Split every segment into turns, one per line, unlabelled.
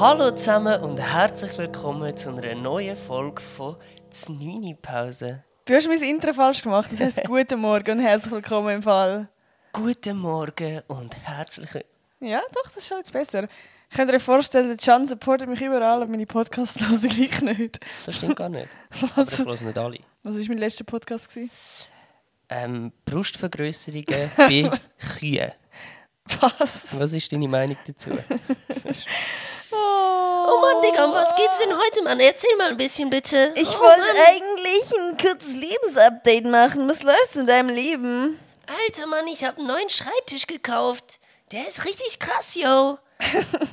Hallo zusammen und herzlich willkommen zu einer neuen Folge von Znüni Pause.
Du hast mein Intro falsch gemacht. Das heißt Guten Morgen und herzlich willkommen im Fall.
Guten Morgen und herzlich willkommen.
Ja, doch, das ist schon jetzt besser. Könnt ihr euch vorstellen, der Can supportet mich überall und meine Podcasts hören gleich nicht.
Das stimmt gar nicht.
Was?
Aber ich höre nicht alle.
Was war mein letzter Podcast? Gewesen?
Ähm, Brustvergrößerungen bei Kühen.
Was?
Was ist deine Meinung dazu?
Oh,
gibt's um denn heute, Mann? Erzähl mal ein bisschen bitte.
Oh
Oh
Ich wollte eigentlich ein kurzes Lebensupdate machen. Was läuft in deinem Leben?
Alter Mann, ich habe einen neuen Schreibtisch gekauft. Der ist richtig krass, yo.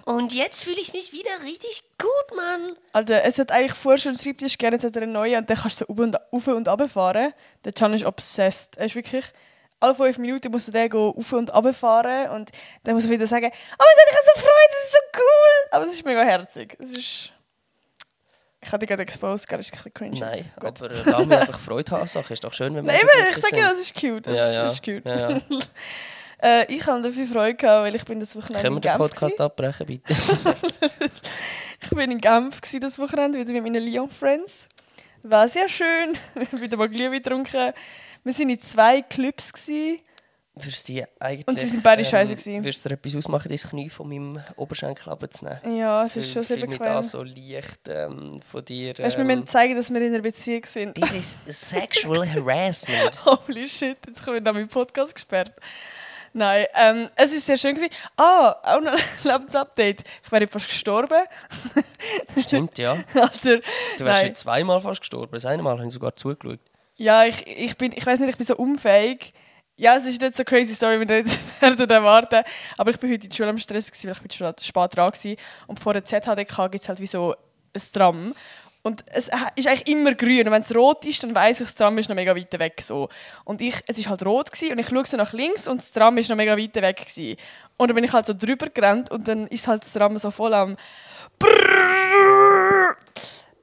und jetzt fühle ich mich wieder richtig gut, Mann.
Alter, es hat eigentlich vorher schon einen Schreibtisch gegeben, jetzt hat er einen neuen und dann kannst du so auf und, auf und runter fahren. Der Can ist obsessed. Er ist wirklich... Alle fünf Minuten muss er den gehen, auf und runter fahren und dann muss er wieder sagen «Oh mein Gott, ich habe so Freude, das ist so cool!» Aber es ist mega herzig. Es ist... Ich hatte gerade exposed, gell, das ist ein bisschen cringe.
Nein,
Gut.
aber äh, lass mich einfach Freude haben. an Sachen ist doch schön, wenn man.
Nein, eben, ich sage ja,
ja,
es ist cute. Es
ja,
ist,
ja.
es ist cute.
Ja, ja.
Äh, ich habe dafür Freude gehabt, weil ich bin das Wochenende
Können wir
in
den
Genf
Podcast
gsi.
abbrechen, bitte?
Ich bin in Genf gsi das Wochenende wieder mit meinen Lyon Friends. War sehr schön. Wir haben wieder mal Glühwein getrunken. Wir sind in zwei Clubs gsi.
Würdest du die eigentlich. ähm,
Und die sind beide scheisse gewesen.
Würdest du dir etwas ausmachen, dein Knie von meinem Oberschenkel abzunehmen?
Ja, es ist schon sehr
Fühl mich da
bequem.
so leicht ähm, von dir.
Weißt, wir
ähm,
müssen zeigen, dass wir in einer Beziehung sind.
das ist Sexual Harassment.
Holy shit, jetzt kommen wir dann meinen Podcast gesperrt. Nein, ähm, es war sehr schön. Gewesen. Ah, auch noch ein Lebensupdate. Ich wäre fast gestorben.
Stimmt, ja.
Alter,
Du wärst
nein.
schon zweimal fast gestorben. Das eine Mal habe ich sogar zugeschaut.
Ja, ich, ich bin, ich weiß nicht, ich bin so unfähig. Ja, es ist nicht so crazy, sorry, wenn ihr jetzt werdet erwarten. Aber ich bin heute in der Schule am Stress, gewesen, weil ich bin schon spät dran war. Und vor der ZHDK gibt es halt wie so ein Tram. Und es ha- ist eigentlich immer grün. Und wenn es rot ist, dann weiss ich, das Tram ist noch mega weit weg. So. Und ich, es ist halt rot gewesen, und ich schaue so nach links und das Tram ist noch mega weit weg. Gewesen. Und dann bin ich halt so drüber gerannt und dann ist halt das Tram so voll am...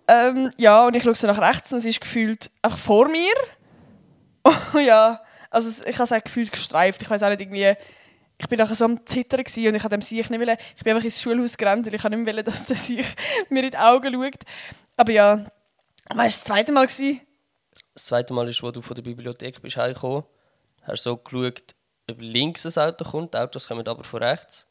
Ähm, ja, und ich schaue so nach rechts und es ist gefühlt auch vor mir. Oh ja, also es- ich habe es auch gefühlt gestreift. Ich weiß auch nicht, irgendwie... Ich bin nachher so am Zittern gewesen und ich habe dem Sieg nicht wollen. Ich bin einfach ins Schulhaus gerannt, weil ich nicht wollte, dass der Sieg mir in die Augen schaut. Aber ja, weißt du, das zweite Mal gewesen?
Das zweite Mal ist, wo du von der Bibliothek bist heimgekommen, hast so geschaut, ob links ein Auto kommt. Die Autos kommen aber von rechts.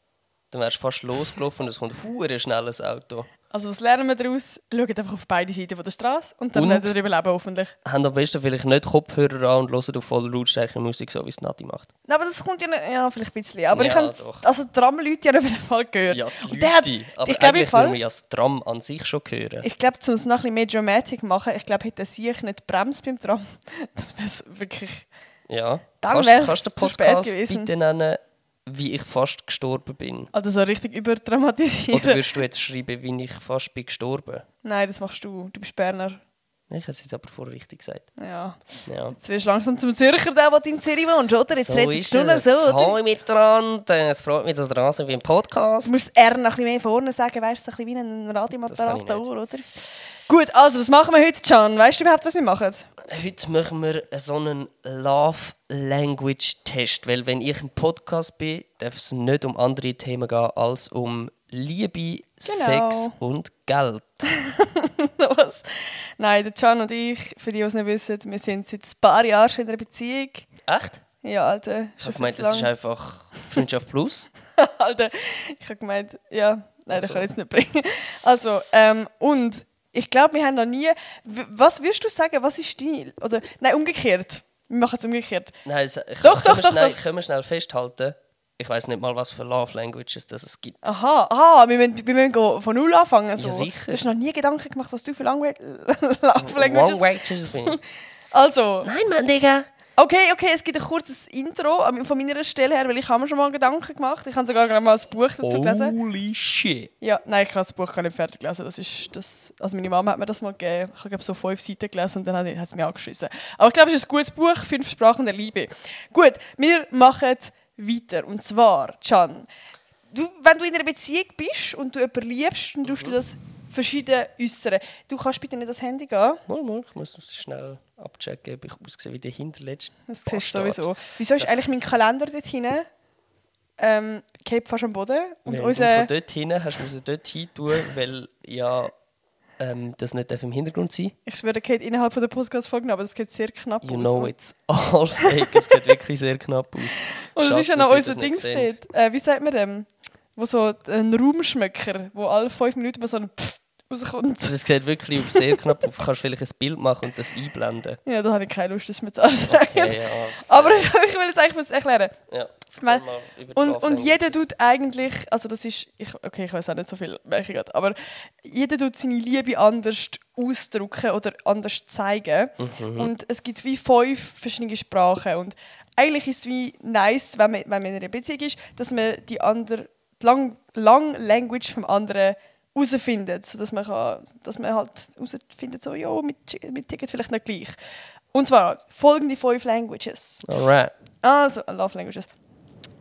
Dann wärst du fast losgelaufen und es kommt hure schnell ein Auto.
Also was lernen wir daraus? Schaut einfach auf beide Seiten von der Straße und dann
Und?
werdet ihr überleben hoffentlich.
Haben am besten vielleicht nicht Kopfhörer an und hören auf voller Lautstärke Musik, so wie es Nati macht.
Nein, aber das kommt ja nicht, ja, vielleicht ein bisschen. Aber
Ja,
ich habe
doch.
also die Tramleute ja auf jeden Fall gehört.
Ja, die
und der hat,
Leute, aber
ich glaube im
eigentlich würde
Fall...
man ja das Tram an sich schon hören.
Ich glaube, um es noch ein bisschen mehr Dramatik zu machen, ich glaube, hätte sie ich nicht bremst beim Tram, dann wäre es wirklich...
ja.
Dann
kannst,
wär's
kannst du den
zu spät
Podcast
gewesen.
bitte nennen, wie ich fast gestorben bin?
Also so richtig überdramatisieren.
Oder würdest du jetzt schreiben, wie ich fast bin gestorben?
Nein, das machst du. Du bist Berner.
Nein, Ich hätte es jetzt aber vorher richtig gesagt.
Ja.
Ja.
Jetzt wirst du langsam zum Zürcher, der der in Zürich wohnt, oder? Jetzt
So
redest
ist
du nur
es.
so, oder?
Hallo miteinander. Es freut mich, dass ihr da seid beim
Du
Podcast.
musst das R noch ein bisschen mehr vorne sagen, weißt du, so ein bisschen wie
Das
ein
kann ich
Radiomoderator, oder? Gut, also, was machen wir heute, Can? Weißt du überhaupt, was wir machen?
Heute machen wir so einen Love Language Test, weil wenn ich im Podcast bin, darf es nicht um andere Themen gehen als um Liebe,
Genau.
Sex und Geld.
was? Nein, der Can und ich, für die, die es nicht wissen, wir sind seit ein paar Jahren schon in einer Beziehung.
Echt?
Ja, Alter. schon
Ich meine,
viel zu
das ist
lang.
einfach Freundschaft plus.
Alter, ich habe gemeint, ja, nein, das
so.
kann ich jetzt nicht bringen. Also, ähm, und ich glaube, wir haben noch nie. W- Was würdest du sagen, was ist dein. Oder, nein, umgekehrt. Wir machen es umgekehrt.
Nein, es- ich, können
Doch, doch,
wir
doch,
schnell,
doch.
Können wir schnell festhalten. Ich weiß nicht mal, was für Love Languages das es gibt.
Aha, aha wir müssen, wir müssen go- von null anfangen. So.
Ja, sicher.
Du hast noch nie Gedanken gemacht, was du für Langwe Love
One
Languages.
way Jesus bin ich.
Also,
Nein, Mann, Digga.
okay, okay, es gibt ein kurzes Intro an- von meiner Stelle her, weil ich habe mir schon mal Gedanken gemacht. Ich habe sogar gerade mal ein Buch dazu
Oh.
gelesen.
Holy shit.
Ja, nein, ich habe das Buch gar nicht fertig gelesen. Das ist das, also meine Mama hat mir das mal gegeben. Ich habe glaube so fünf Seiten gelesen und dann hat hat es mich angeschissen. Aber ich glaube, es ist ein gutes Buch, «Fünf Sprachen der Liebe». Gut, wir machen weiter. Und zwar, Can, du, wenn du in einer Beziehung bist und du jemanden liebst, dann tust du das verschieden äußern. Du kannst bitte nicht das Handy gehen.
Mal, mal, ich muss es schnell abchecken, ob ich aussehe wie der Hinterletzte.
Das siehst du
Bastard.
sowieso. Wieso ist
Das-
eigentlich mein Kalender dort hinten? ähm, Cape fast am Boden. Und
Weil du
unser,
von dort hin hast du dort hin tun, weil ja ähm, das nicht darf im Hintergrund sein
ich schwöre, geht innerhalb von der Podcast-Folge, aber das geht sehr knapp
You
aus.
know it's all fake. Es sieht wirklich sehr knapp aus.
Und es
Schade,
ist ja
dass
noch
ihr
unser
das
Ding
nicht seht.
dort. Äh, wie sagt man dem? Wo so ein Raumschmöcker, wo alle fünf Minuten mal so ein Pfff rauskommt.
Also es sieht wirklich auf sehr knapp aus. Du kannst vielleicht ein Bild machen und das einblenden.
Ja, da habe ich keine Lust, das mir zu sagen.
Okay, ja.
Aber ich, ich will jetzt eigentlich was erklären.
ja.
Weil-
erzähl mal über die
Und, und
Anfänge.
jeder tut eigentlich, also das ist, ich, okay, ich weiß auch nicht so viel, merke ich gerade, aber jeder tut seine Liebe anders ausdrücken oder anders zeigen. Und es gibt wie fünf verschiedene Sprachen. Und eigentlich ist es wie nice, wenn man, wenn man in einer Beziehung ist, dass man die andere, die Lang, Lang Language vom anderen herausfindet, sodass man, kann, dass man halt herausfindet, so, ja, mit, mit Ticket vielleicht nicht gleich. Und zwar folgende fünf Languages.
Alright.
Also, Love Languages.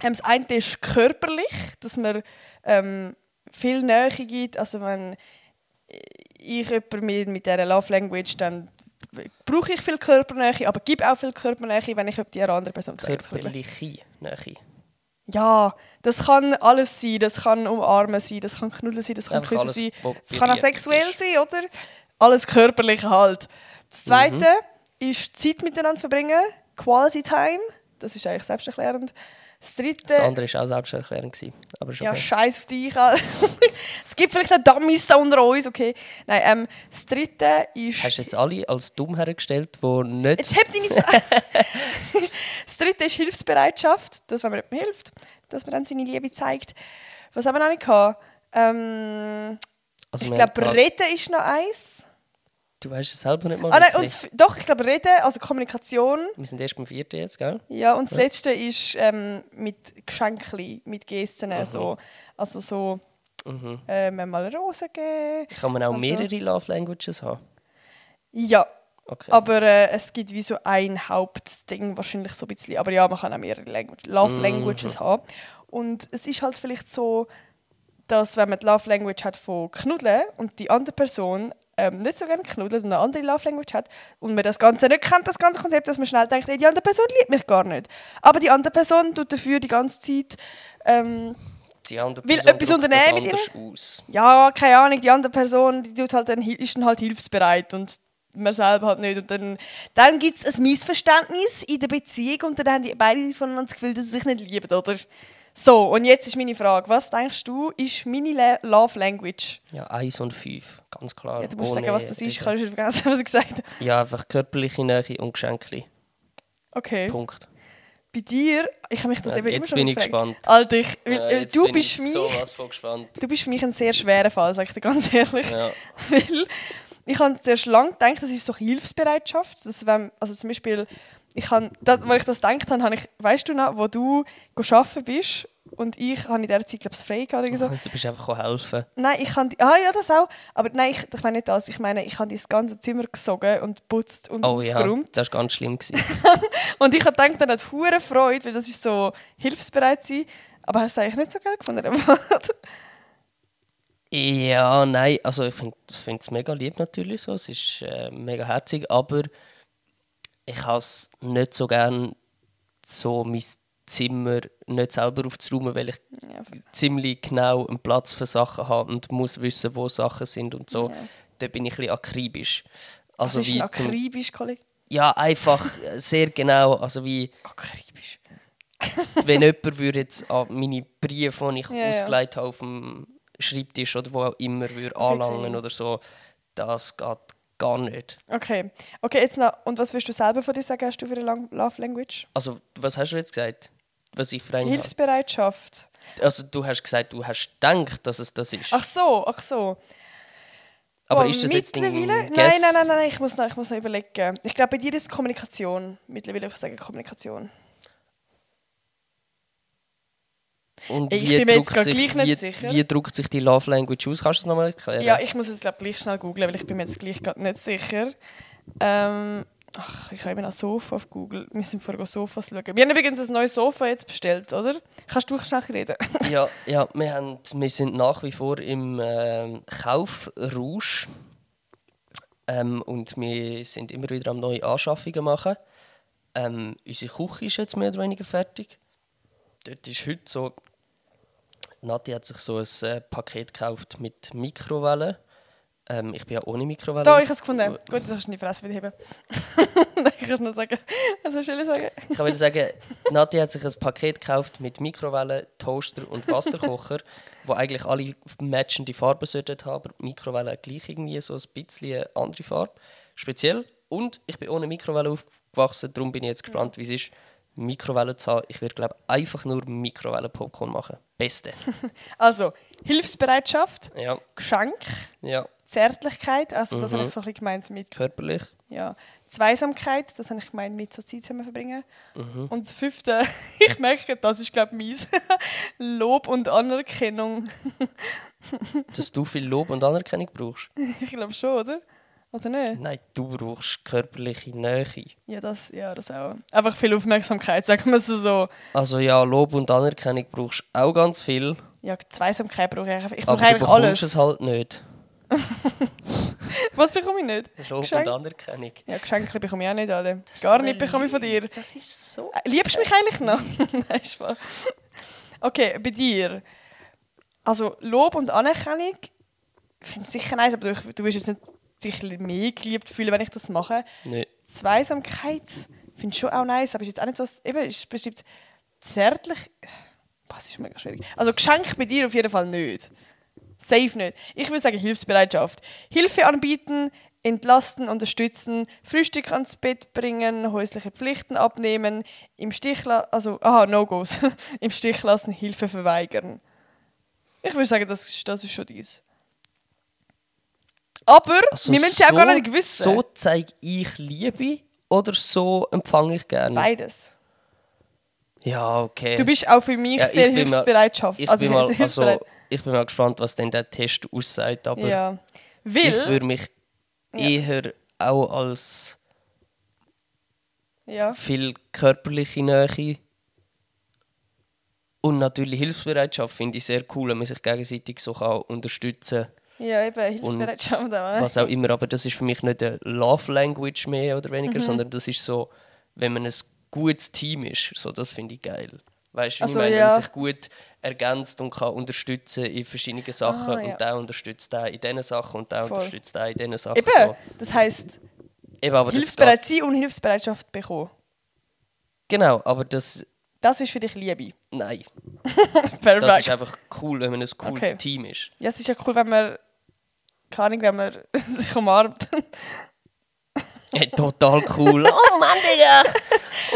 Ähm, das eine ist körperlich, dass man ähm, viel Nähe gibt. Also, wenn ich jemanden mit, mit dieser Love Language, dann brauche ich viel Körpernähe, aber gebe auch viel Körpernähe, wenn ich die andere Person zeige.
Körperliche Nähe.
Ja, das kann alles sein. Das kann umarmen sein, das kann knuddeln sein, das kann
Einfach
küssen
alles,
sein.
wo
Das kann auch
berührt
sexuell
ist. Mhm.
sein, oder? Alles körperliche halt. Das Zweite ist Zeit miteinander verbringen. Quality Time. Das ist eigentlich selbsterklärend. Das Dritte...
Das andere war auch selbsterklärend. gewesen, Aber ist okay.
Ja, scheiß auf dich. Alter. es gibt vielleicht noch Dummies da unter uns, okay. Nein, ähm, das Dritte ist...
Hast du jetzt alle als dumm hergestellt, die nicht.
Jetzt hab deine Frage. das dritte ist Hilfsbereitschaft, dass wenn man jemandem hilft, dass man dann seine Liebe zeigt. Was haben wir noch nicht gehabt? Ähm,
Also
ich
wir haben
glaube,
gerade-
Reden ist noch eins.
Du weißt es selber Oh, nicht mal.
Ah, nein, und
wirklich.
das, doch, ich glaube, Reden, also Kommunikation.
Wir sind erst beim vierten jetzt, gell?
Ja, und das letzte ist ähm, mit Geschenken, mit Gesten. So. Also so,
Mhm.
äh, mir mal eine Rose geben.
Kann man auch
Also-
mehrere Love Languages haben?
Ja,
Okay.
aber äh, es gibt wie so ein Hauptding wahrscheinlich so ein bisschen. Aber ja, man kann auch mehrere Langu Love Languages haben. Und es ist halt vielleicht so, dass wenn man die Love Language hat von Knuddeln und die andere Person ähm, nicht so gerne knuddelt und eine andere Love Language hat und man das Ganze nicht kennt, das ganze Konzept, dass man schnell denkt, ey, die andere Person liebt mich gar nicht. Aber die andere Person tut dafür die ganze Zeit... Ähm,
die andere
will
Person
etwas
drückt das
unternehmen mit
anders aus.
ja, keine Ahnung, die andere Person die tut halt dann, hil- ist dann halt hilfsbereit und man selber halt nicht. Und dann,
Dann gibt es ein Missverständnis in der Beziehung und dann haben die beide voneinander das Gefühl, dass sie sich nicht lieben, oder?
so, und jetzt ist meine Frage, was denkst du, ist meine Le Love Language?
Ja, eins und fünf, ganz klar.
Ja, du musst
Ohne
sagen, was das ist, ich
Reden.
habe schon vergessen, was ich gesagt habe.
Ja, einfach körperliche Nähe und Geschenke.
Okay,
Punkt.
bei dir, ich habe mich das
Ja,
eben immer
jetzt
schon
bin ich
gefragt.
gespannt.
Alter, ich, weil,
Ja,
äh,
jetzt
du
bin
bist
ich
mich...
sowas von gespannt.
Du bist für mich ein sehr schwerer Fall, sage ich dir ganz ehrlich.
Ja.
Weil ich habe zuerst lange gedacht, das ist so Hilfsbereitschaft. Dass wenn, also zum Beispiel, ich habe, das, als ich das gedacht habe, habe ich, weißt du noch, wo du go arbeiten bist und ich habe in dieser Zeit, glaube ich, frei gehabt oder so.
Du bist einfach gekommen helfen.
Nein, ich habe, die- ah ja, das auch. Aber nein, ich, ich meine nicht das. Ich meine, ich habe das ganze Zimmer gesogen und geputzt und
Oh ja,
aufgeräumt.
das war ganz schlimm. gewesen.
Und ich habe gedacht, dann hat hure Freude, weil das ist so hilfsbereit sein. Aber hast du es eigentlich nicht so geil gefunden? oder?
ja, nein, also ich finde es mega lieb natürlich so. Es ist äh, mega herzig, aber ich habe es nicht so gern so mein Zimmer nicht selber aufzuräumen, weil ich
ja,
ziemlich genau einen Platz für Sachen habe und muss wissen, wo Sachen sind und so. Da bin ich ein bisschen akribisch.
das
Also
ist
wie zum-
akribisch, Kollege.
ja, einfach äh, sehr genau. Also wie
Akribisch.
wenn jemand würde jetzt an meine Briefe, die ich
Ja, ja.
ausgelegt habe auf dem Schreibtisch oder wo auch immer, würde
Okay,
anlangen
gesehen.
oder so, das geht gar nicht.
Okay. Okay, jetzt noch. Und was willst du selber von dir sagen, hast du für eine Lang Love Language?
Also, was hast du jetzt gesagt? Was ich für eine
Hilfsbereitschaft.
Also, du hast gesagt, du hast gedacht, dass es das ist.
Ach so, ach so.
Aber
Boah,
ist das jetzt ein
mittlerweile?
Guess?
Nein, nein, nein, nein, ich muss noch, ich muss noch überlegen. Ich glaube, bei dir ist Kommunikation. Mittlerweile würde ich sagen Kommunikation.
Und
Ey, ich
wie
bin mir jetzt
drückt
gerade
sich-
gleich nicht
wie,
sicher.
Wie drückt sich die Love Language aus? Kannst du das nochmal erklären?
Ja, ich muss jetzt glaub, gleich schnell googlen, weil ich bin mir jetzt gleich gerade nicht sicher. Ähm, ach, ich habe immer noch Sofa auf Google. Wir sind vorher go Sofas schauen. Wir haben übrigens ein neues Sofa jetzt bestellt, oder? Kannst du schnell reden?
ja, ja wir, haben, wir sind nach wie vor im ähm, Kaufrausch. Ähm, und wir sind immer wieder am neue Anschaffungen machen. Ähm, unsere Küche ist jetzt mehr oder weniger fertig. dort ist heute so, Nati hat sich so ein äh, Paket gekauft mit Mikrowellen. Ähm, ich Oh. bin ja ohne Mikrowelle.
Da, ich habe es gefunden. Gut, das kannst du in die Fresse wieder heben. Nein, ich kann es noch sagen. Was soll ich sagen?
Ich kann wieder sagen, Nati hat sich ein Paket gekauft mit Mikrowelle, Toaster und Wasserkocher, wo eigentlich alle matchende Farben sollten haben, aber die Mikrowelle hat gleich irgendwie so ein bisschen eine andere Farbe. Speziell. Und ich bin ohne Mikrowelle aufgewachsen, darum bin ich jetzt gespannt, wie es ist, Mikrowelle zu haben. Ich würde, glaube einfach nur Mikrowelle-Popcorn machen. Beste.
Also, Hilfsbereitschaft,
Ja,
Geschenk,
ja.
Zärtlichkeit, also das
Mhm.
habe ich so ein bisschen gemeint mit
Körperlich.
ja, Zweisamkeit, das habe ich gemeint mit so Zeit zusammen verbringen.
Mhm.
Und das fünfte, ich merke, das ist glaube ich meins, Lob und Anerkennung.
Dass du viel Lob und Anerkennung brauchst.
Ich glaube schon, oder? Oder nicht?
Nein, du brauchst körperliche Nähe.
Ja, das, ja, das auch. Einfach viel Aufmerksamkeit, sagen wir es so.
Also ja, Lob und Anerkennung brauchst du auch ganz viel,
Ja, Zweisamkeit brauche ich einfach. Ich
aber
brauche
du
eigentlich
bekommst
alles.
es halt nicht.
Was bekomme ich nicht?
Lob
Geschenk?
und Anerkennung.
Ja, Geschenke bekomme ich auch nicht alle. Gar nicht bekomme ich von dir.
Das ist so...
Äh, Liebst du mich eigentlich noch? Nein, Spaß. Okay, bei dir. Also Lob und Anerkennung finde ich sicher nice, aber du, du wirst jetzt nicht dich mehr geliebt fühlen, wenn ich das mache.
Nein.
Zweisamkeit finde ich schon auch nice, aber ist jetzt auch nicht so, eben, ist bestimmt zärtlich. Was ist mega schwierig. Also Geschenk bei dir auf jeden Fall nicht. Safe nicht. Ich würde sagen Hilfsbereitschaft. Hilfe anbieten, entlasten, unterstützen, Frühstück ans Bett bringen, häusliche Pflichten abnehmen, im Stich lassen, also, aha, No-Gos, im Stich lassen, Hilfe verweigern. Ich würde sagen, das ist, das ist schon dies. Aber wir müssen ja auch gar nicht wissen.
Also So zeige ich Liebe oder so empfange ich gerne.
Beides.
Ja, okay.
Du bist auch für mich
Ja, ich
sehr
bin mal-
hilfsbereitschaft.
ich, bin mal, also,
hilfsbereit.
ich bin mal gespannt, was denn der Test aussagt, aber
ja.
ich
Will,
würde mich
Ja.
eher auch als
ja.
viel körperliche Nähe und natürlich Hilfsbereitschaft finde ich sehr cool, wenn man sich gegenseitig so kann unterstützen kann.
ja, eben
Und
Hilfsbereitschaft. aber-
was auch immer. Aber das ist für mich nicht eine Love Language mehr oder weniger,
Mhm.
sondern das ist so, wenn man ein gutes Team ist, so, das finde ich geil. Weißt du, wie
Also,
ich meine,
ja.
wenn man sich gut ergänzt und kann unterstützen in verschiedenen Sachen
Ah, ja.
und der unterstützt den in diesen Sachen und der
Voll.
unterstützt den in diesen Sachen.
Eben,
So.
das heisst,
Eben, aber das
hilfsbereit
geht,
sein und Hilfsbereitschaft bekommen.
genau, aber das,
Das ist für dich Liebe.
nein, das ist
Perfekt.
einfach cool, wenn man ein cooles
Okay.
Team ist.
Ja, es ist ja cool, wenn man, keine Ahnung, wenn man sich umarmt.
Hey, total cool.
Oh Mann, Digga!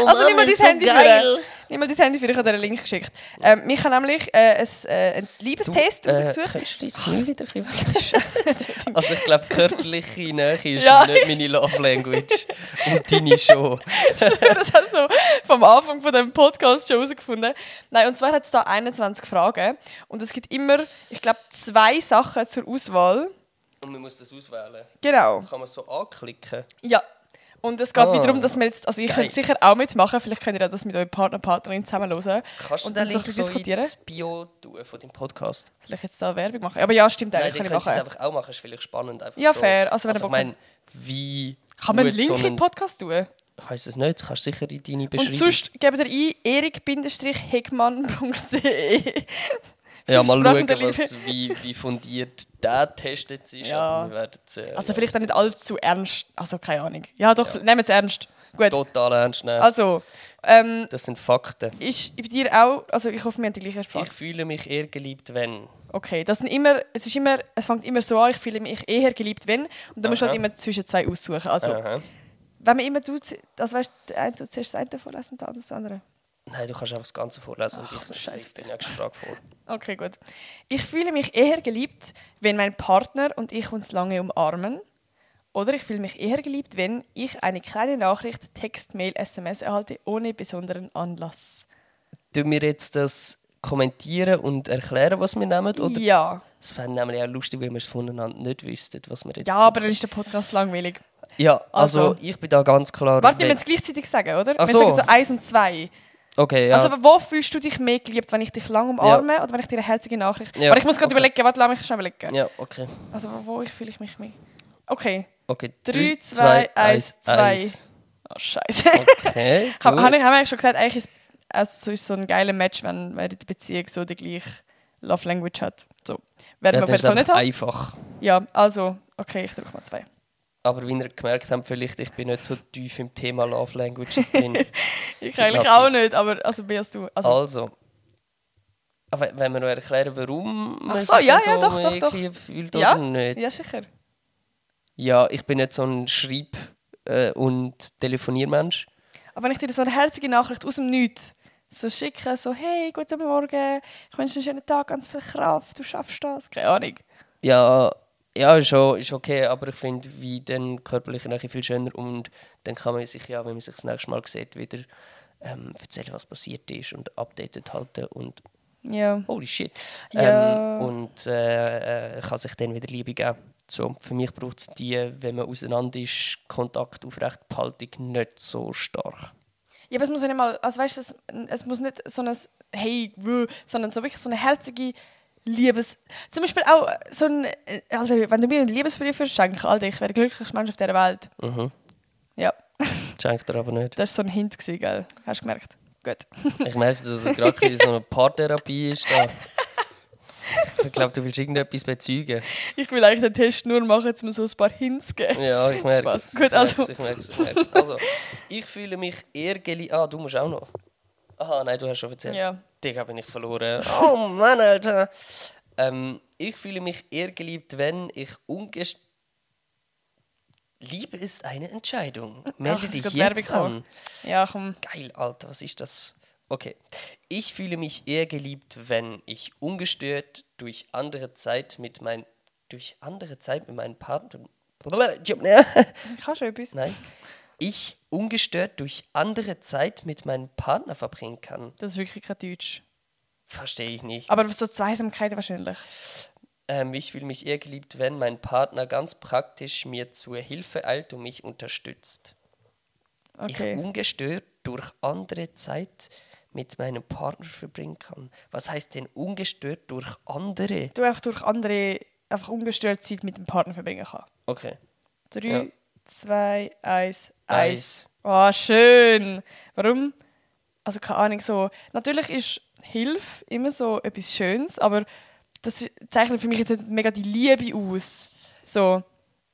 Oh
Also nimm mal
Mann,
dein
ist so
Handy
geil.
für. Nimm mal dein Handy für, ich habe dir einen Link geschickt. Ähm, ich habe nämlich äh, ein, äh, einen Liebestest rausgesucht.
könntest du dein Knie wieder ein bisschen wegschneiden? Also ich glaube, körperliche Nähe ist
Ja,
nicht
ich-
meine Love Language. Und deine schon.
das hast du vom Anfang von dem Podcast schon herausgefunden. Nein, und zwar hat es da 21 Fragen. Und es gibt immer, ich glaube, zwei Sachen zur Auswahl.
Und man muss das auswählen.
Genau.
Kann man es so anklicken?
Ja. Und es geht
Ah.
wieder darum, dass wir jetzt, also ich
Geil.
könnte sicher auch mitmachen, vielleicht könnt ihr auch das mit eurem Partner, Partnerin zusammen hören.
Kannst du
Und dann
den
so ein
Link
bisschen
so
diskutieren?
ins Bio tun von deinem Podcast?
Soll ich jetzt da Werbung machen? Aber ja, stimmt,
Nein,
eigentlich
dann
kann ich
könntest du es
machen.
einfach auch machen. Ist vielleicht spannend. Einfach
Ja,
so.
fair. Also, wenn ihr
ich
Bock habt.
meine, wie...
Kann man
gut
einen Link
so
in den Podcast tun?
Ich weiss es nicht. Kannst du sicher in deine
Und
Beschreibung...
sonst gebt ihr ein erik-heckmann.de
ja, mal schauen,
Sprachenunterricht.
was, wie, wie fundiert der Test jetzt ist.
Ja.
Aber wir werden es äh,
Also vielleicht auch nicht allzu ernst. Also keine Ahnung. Ja, doch, nehmt es ernst. Gut.
total ernst nehmen.
Also, ähm,
Das sind Fakten.
ist bei dir auch, also ich hoffe, wir haben die gleiche Sprache.
Ich fühle mich eher geliebt, wenn.
Okay, das sind immer, es ist immer, es fängt immer so an, ich fühle mich eher geliebt, wenn. Und dann musst du
Aha.
halt immer zwischen zwei aussuchen. Also,
Aha.
wenn man immer tut, also weißt du, der eine tut zuerst das eine vorlesen und der andere das andere.
Nein, du kannst einfach das Ganze vorlesen
Ach,
und ich
scheiß
lese die nächste Frage vor.
Okay, gut. Ich fühle mich eher geliebt, wenn mein Partner und ich uns lange umarmen. Oder ich fühle mich eher geliebt, wenn ich eine kleine Nachricht, Text, Mail, SMS erhalte, ohne besonderen Anlass.
Tun wir jetzt das kommentieren und erklären, was wir nehmen? Oder?
Ja.
Es wäre nämlich auch lustig, wenn wir es voneinander nicht wüssten, was wir jetzt
Ja, aber dann ist der Podcast langweilig.
Ja, also,
Also.
ich bin da ganz klar.
Warte, wir
weg.
müssen es gleichzeitig sagen, oder?
Ach
wir sagen
so.
so eins und zwei.
Okay, ja.
Also, wo fühlst du dich mehr geliebt, wenn ich dich lang umarme oder wenn ich dir eine herzige Nachricht...
Ja,
Aber ich muss gerade
okay.
überlegen, warte, lass mich schnell überlegen.
ja, okay.
Also, wo- wo ich fühle ich mich mehr... Okay.
okay.
Drei, zwei, eins, zwei.
eins.
Oh, scheiße.
Okay.
Hab-
gut.
Habe ich, haben wir eigentlich schon gesagt, eigentlich ist also so ist so ein geiler Match, wenn man in der Beziehung so die gleiche Love Language hat. So.
Ja,
Werden wir
das
vielleicht
ist
so nicht
einfach
haben.
einfach.
Ja, also, okay, ich drücke mal zwei.
Aber wie ihr gemerkt habt, vielleicht, ich bin nicht so tief im Thema Love Languages drin.
Ich eigentlich
Lass
auch nicht, aber also mehr als du. Also,
Also, aber wenn wir noch erklären, warum man
so, ja,
dann
ja, doch, doch, doch.
irgendwie fühlt
Ja,
oder nicht.
ja, sicher.
Ja, ich bin nicht so ein Schreib- äh, und Telefoniermensch.
Aber wenn ich dir so eine herzige Nachricht aus dem Nichts so schicke, so «Hey, guten Morgen, ich wünsche dir einen schönen Tag, ganz viel Kraft, du schaffst das», keine Ahnung.
Ja, ja ist, auch, ist okay, aber ich finde, wie dann körperliche Nähe viel schöner und dann kann man sich ja, wenn man sich das nächste Mal sieht, wieder ähm, erzählen, was passiert ist und updated halten und
Ja.
holy shit.
Ja.
Ähm, und äh, äh, kann sich dann wieder Liebe geben. So, für mich braucht es die, wenn man auseinander ist, Kontakt aufrecht Behaltung nicht so stark.
ja, aber es muss ja nicht mal, also weißt du, es, es muss nicht so ein «Hey, wuh», sondern so wirklich so eine herzige Liebes... Zum Beispiel auch so ein... äh, Also, wenn du mir einen Liebesbrief würdest schenken Alter, ich wäre der glücklichste Mensch auf dieser Welt.
Mhm.
Ja,
Schenkt er aber nicht.
das war so ein Hint, gewesen, gell? Hast du gemerkt? Gut.
Ich merke, dass es gerade in so einer Paartherapie ist. Da. Ich glaube, du willst irgendetwas bezeugen.
Ich will eigentlich den Test nur machen, um so ein paar Hints zu geben.
Ja, ich merke es.
Spass.
ich
Gut,
merke es,
also.
Ich merke es, ich merke es. Also, ich fühle mich eher geli... Ah, du musst auch noch. Aha, nein, du hast schon erzählt.
Ja.
Digga, bin ich verloren. Oh Mann, Alter. Ähm, ich fühle mich eher geliebt, wenn ich unges... Liebe ist eine Entscheidung. Melde
es
dich
geht
jetzt
Werbung
an.
kommen. Ja, komm.
Geil, Alter, was ist das? Okay. Ich fühle mich eher geliebt, wenn ich ungestört durch andere Zeit mit mein durch andere Zeit mit meinem Partner
Kannst du etwas?
Nein. Ich ungestört durch andere Zeit mit meinem Partner verbringen kann.
Das ist wirklich kein Deutsch.
Verstehe ich nicht.
Aber so Zweisamkeit wahrscheinlich.
Ähm, ich fühle mich eher geliebt, wenn mein Partner ganz praktisch mir zur Hilfe eilt und mich unterstützt. ich
Okay.
ungestört durch andere Zeit mit meinem Partner verbringen kann. Was heißt denn ungestört durch andere?
Du einfach durch andere, einfach ungestört Zeit mit dem Partner verbringen kann.
Okay.
Drei,
Ja.
zwei, eins, eins.
Eins.
Oh, schön. Warum? Also keine Ahnung, so. Natürlich ist Hilfe immer so etwas Schönes, aber das ist- zeichnet für mich jetzt nicht mega die Liebe aus. So.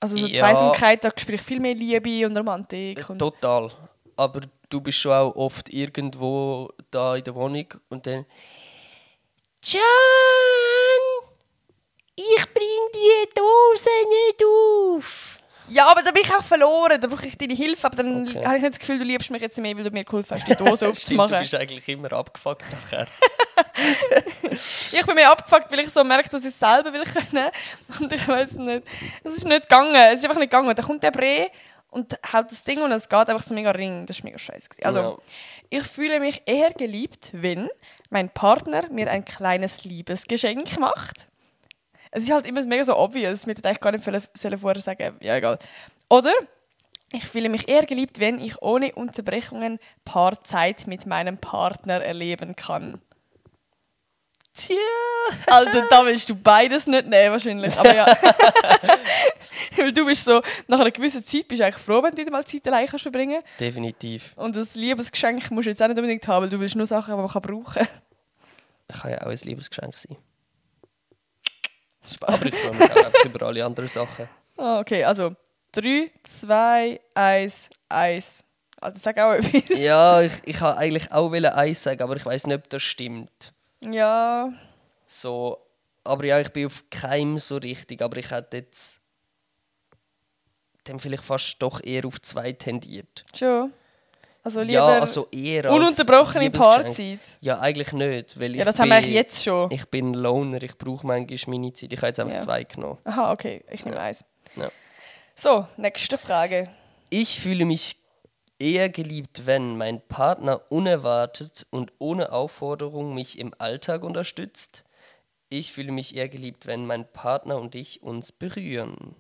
Also so
Ja. Äh,
Zweisamkeit, da spüre ich viel mehr Liebe und Romantik. Und
Total. Aber du bist schon auch oft irgendwo da in der Wohnung und dann. John! Ich bring die Dose nicht auf!
Ja, aber da bin ich auch verloren. Da brauche ich deine Hilfe. Aber dann
Okay.
habe ich nicht das Gefühl, du liebst mich jetzt mehr, weil du mir geholfen hast, die Dose
Stimmt, du
aufzumachen.
bist eigentlich immer abgefuckt nachher.
Ich bin mir abgefuckt, weil ich so merke, dass ich es selber will können. Und ich weiß nicht. Es ist nicht gegangen. Es ist einfach nicht gegangen. Dann kommt der Bre und haut das Ding und es geht einfach so mega ring. Das ist mega scheiße. gewesen. Also,
Ja.
ich fühle mich eher geliebt, wenn mein Partner mir ein kleines Liebesgeschenk macht. Es ist halt immer mega so obvious. Wir hätten eigentlich gar nicht sollen- sollen vorher sagen Ja, egal. Oder ich fühle mich eher geliebt, wenn ich ohne Unterbrechungen Paarzeit mit meinem Partner erleben kann. Tja! Alter, da willst du beides nicht nehmen, wahrscheinlich. Aber ja. Weil du bist so, nach einer gewissen Zeit bist du eigentlich froh, wenn du wieder mal Zeit allein kannst verbringen
Definitiv.
Und das Liebesgeschenk musst du jetzt auch nicht unbedingt haben, weil du willst nur Sachen, die man kann brauchen
Kann ja auch ein Liebesgeschenk sein.
Spaß.
Aber ich freue mich auch einfach über alle anderen Sachen.
Ah, okay, also 3, 2, 1, 1. Alter, Also, sag auch etwas.
Ja, ich, ich wollte eigentlich auch Eis sagen, aber ich weiß nicht, ob das stimmt.
Ja.
So, aber ja, ich bin auf keinem so richtig, aber ich hätte jetzt dann vielleicht fast doch eher auf zwei tendiert.
Schon. Also lieber
ja, also eher als
ununterbrochene
Liebesgeschenk.
Paarzeit.
Ja, eigentlich nicht, weil ich
Ja, das haben wir
bin-
eigentlich jetzt schon.
Ich bin Loner, ich brauche manchmal meine Zeit. Ich habe jetzt einfach
Ja.
zwei genommen.
Aha, okay, ich nehme eins.
Ja.
So, nächste Frage.
Ich fühle mich eher geliebt, wenn mein Partner unerwartet und ohne Aufforderung mich im Alltag unterstützt. Ich fühle mich eher geliebt, wenn mein Partner und ich uns berühren.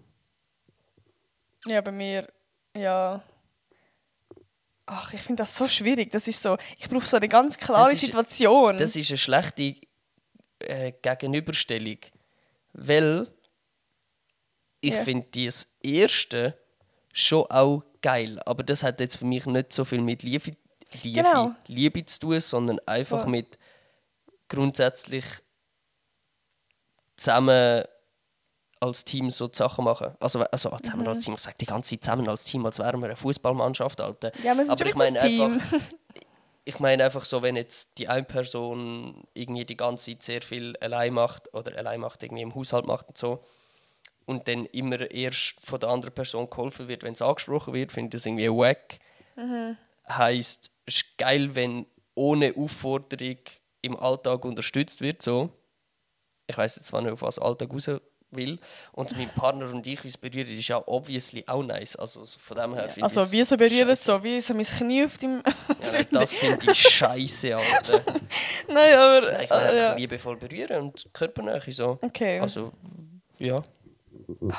Ja, bei mir, ja. Ach, ich finde das so schwierig. Das ist so, ich brauche so eine ganz klare
Das ist-
Situation.
Das ist eine schlechte äh, Gegenüberstellung, weil ich
Ja.
finde das erste schon auch geil, aber das hat jetzt für mich nicht so viel mit Liebe, Liebe,
Genau.
Liebe zu tun, sondern einfach
Voll.
mit grundsätzlich zusammen als Team so die Sachen machen. Also, we-
Mhm.
also zusammen als Team, ich sage die ganze Zeit zusammen als Team, als wären wir eine Fußballmannschaft, Alter.
Ja, wir sind schon ein Team.
einfach, ich meine einfach so, wenn jetzt die eine Person irgendwie die ganze Zeit sehr viel allein macht oder allein macht, irgendwie im Haushalt macht und so, und dann immer erst von der anderen Person geholfen wird, wenn es angesprochen wird, finde ich das irgendwie wack.
Mhm.
Heißt, es ist geil, wenn ohne Aufforderung im Alltag unterstützt wird. So. Ich weiß jetzt zwar nicht, auf was Alltag raus will. Und mein Partner und ich uns berühren, ist ja obviously auch nice. Also so von dem her finde
Also
ich's
wie so berühren, so wie so mein Knie auf dem...
scheiße. Ja, das finde ich scheiße, Alter.
Nein, aber...
Ich meine,
äh, ja.
einfach liebevoll berühren und körpernähe so.
Okay.
Also, ja.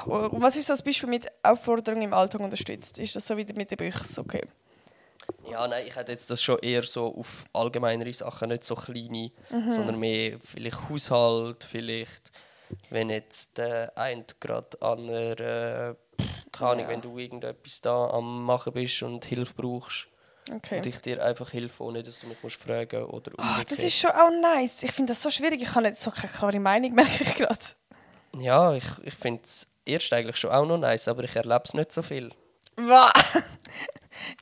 Und was ist so das Beispiel mit Aufforderung im Alltag unterstützt? Ist das so wieder mit den Büchsen? Okay.
Ja, nein, ich hätte jetzt das schon eher so auf allgemeinere Sachen, nicht so kleine,
Mhm.
sondern mehr vielleicht Haushalt, vielleicht wenn jetzt der eine gerade an einer, äh, pff, keine Ahnung, wenn du irgendetwas da am machen bist und Hilfe brauchst
okay.
und ich dir einfach helfe, ohne dass du mich musst fragen oder
Ah, das
umgekehrt.
ist schon auch nice. Ich finde das so schwierig. Ich habe jetzt so keine klare Meinung, merke ich gerade.
Ja, ich, ich finde es erst eigentlich schon auch noch nice, aber ich erlebe es nicht so viel.
Wah.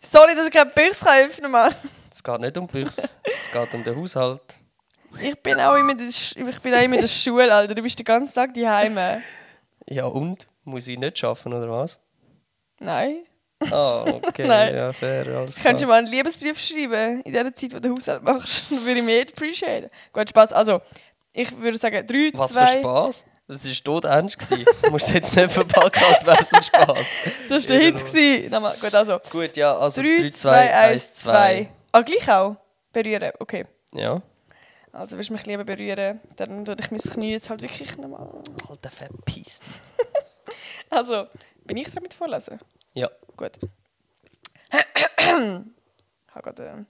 Sorry, dass ich keine Büchse kann öffnen kann.
Es geht nicht um Büchs, es geht um den Haushalt.
Ich bin auch immer in der, Sch ich bin auch immer in der Schule, Alter. Du bist den ganzen Tag daheim.
Ja und? Muss ich nicht schaffen oder was?
Nein.
Ah, okay,
Nein.
ja fair, alles klar.
Könntest du mal einen Liebesbrief schreiben, in der Zeit, wo du Haushalt machst? Dann würde ich mich echt appreciaten. Gut, Spaß. Also, ich würde sagen, 3,
Was für
2...
Spaß? Das war tot ernst. gewesen. Du musst jetzt nicht verpacken, als wäre es ein Spaß.
Das war der Hit. gewesen. Nochmal. Gut, also...
Gut, ja, genau. also
3, 2, 1, 2. Ah, gleich auch? Berühren, okay.
Ja.
Also, willst du mich lieber berühren? Dann würde ich mein Knie jetzt halt wirklich nochmal...
Alter, verpisst.
Also, bin ich dran mit vorlesen?
Ja,
Gut. Ah, ich habe gerade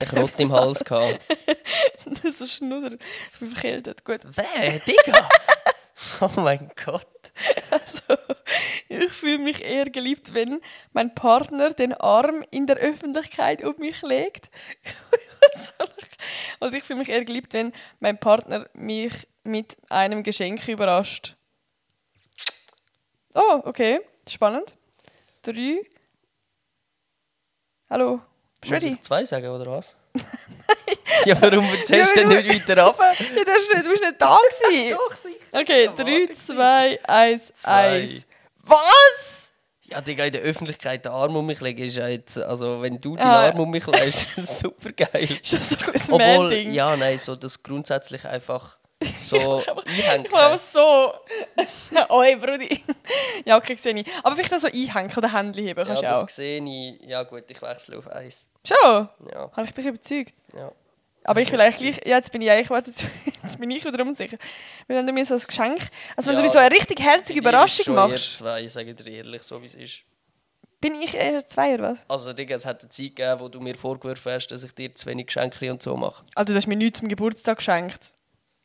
ich rot im Hals gehabt.
äh, so Schnudder. Ich bin verkältet. Gut.
Wer, Digga? Oh mein Gott.
Also, ich fühle mich eher geliebt, wenn mein Partner den Arm in der Öffentlichkeit um mich legt. Was soll ich- Oder ich fühle mich eher geliebt, wenn mein Partner mich mit einem Geschenk überrascht. Oh, okay. Spannend. Drei. Hallo. Bist du
Muss
ready?
ich zwei sagen, oder was? ja, warum erzählst du
Ja,
denn
weil
nicht weiter ab?
Ja, du, hast nicht, du bist nicht da gewesen.
sicher.
Okay, 3, 2, 1,
Zwei.
1. Was?
Ja, Digga, in der Öffentlichkeit den Arm um mich legen ist ja jetzt... Also, wenn du den
Ah.
Arm um mich legst, ist das super geil.
Ist das doch ein bisschen
Obwohl,
Ding?
ja, nein, so das grundsätzlich einfach so einhängen.
Ich war so. Oi, Brudi. Ja, okay, sehe ich. Aber vielleicht noch so einhängen oder Händchen heben
Ja,
kannst du
das
auch.
sehe ich. Ja gut, ich wechsle auf Eis.
Schon?
Ja,
Habe ich dich überzeugt?
ja.
Aber ich will eigentlich gleich, ja, jetzt bin ich eigentlich, warte, jetzt, jetzt bin ich wieder unsicher. Weil wenn du mir so ein Geschenk, also wenn
Ja,
du mir so eine richtig herzige
Bei dir ist
Überraschung
schon
machst,
Eher zwei, sagen dir ehrlich, so wie es ist.
bin ich eher zwei oder was?
Also Digga, es hat eine Zeit gegeben, wo du mir vorgeworfen hast, dass ich dir zu wenig Geschenke und so mache.
Also du hast mir nichts zum Geburtstag geschenkt.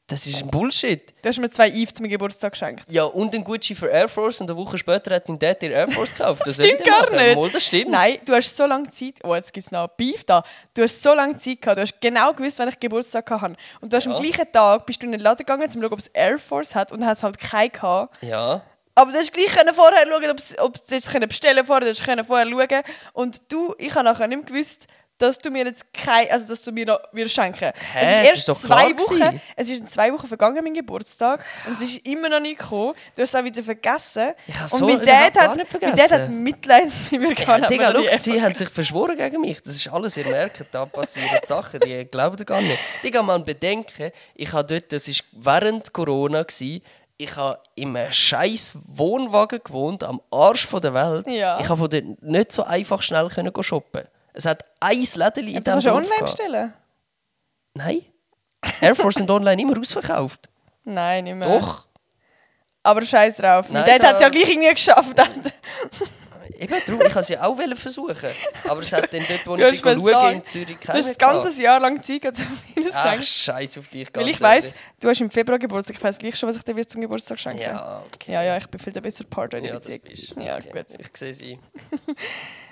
Das ist ein Bullshit.
Du hast mir zwei Eve zum Geburtstag geschenkt.
Ja, und ein Gucci für Air Force und eine Woche später hat dein Dad dir Air Force gekauft. Das, soll ich
stimmt
dir
gar
machen?
nicht.
Mal, das stimmt.
Nein, du hast so lange Zeit. Oh, jetzt gibt es noch Beef da. Du hast so lange Zeit gehabt. Du hast genau gewusst, wann ich Geburtstag hatte. Und du hast
Ja.
am gleichen Tag bist du in den Laden gegangen, um zu schauen, ob es Air Force hat. Und hat es halt keinen gehabt.
Ja.
Aber du hast gleich können vorher schauen, ob es- ob du es können bestellen vorher, du hast können vorher schauen. Und du, ich habe nachher nicht mehr gewusst, dass du mir jetzt kein, also dass du mir noch wirst schenken.
Hä?
es
Das
ist erst
ist doch
zwei
klar
Wochen.
gewesen.
Es ist in zwei Wochen vergangen mein Geburtstag und es ist immer noch nicht gekommen. Du hast es auch wieder vergessen.
Ich habe
Und
so
mein
überhaupt
Dad,
gar
hat,
nicht
mein Dad hat
vergessen.
Mitleid mit mir gehabt.
Ja,
aber
Digga,
noch
schau,
nie.
sie haben sich verschworen gegen mich. Das ist alles, ihr merkt, da passieren Sachen, die glaubt ihr gar nicht. Digga, man bedenken, ich habe dort, das war während Corona, gewesen, ich habe in einem scheiß Wohnwagen gewohnt, am Arsch von der Welt.
Ja.
Ich habe von dort nicht so einfach schnell können go shoppen. Es hat ein Lädchen in
Du kannst ja
Dorf
online
gehabt.
bestellen.
Nein. Air Force sind online immer ausverkauft.
Nein, nicht mehr.
Doch.
Aber scheiß drauf.
Nein,
mein Dad hat es ja
da-
gleich irgendwie geschafft.
Eben, darum, ich wollte sie auch versuchen. Aber es hat dann dort, wo
Du hast
ich bin,
versagt.
in Zürich
Du hast das ganze Jahr lang Zeit gehabt, um mir das
Ach,
geschenkt.
scheiß auf dich,
Weil
ganz
ich weiss,
ehrlich.
du hast im Februar Geburtstag. Ich weiss gleich schon, was ich dir wird zum Geburtstag schenken
Ja, okay.
Ja, ja, ich bin viel der bessere Partner in der
Ja, das
Beziehung.
bist
Ja,
Okay.
gut.
Ich sehe sie.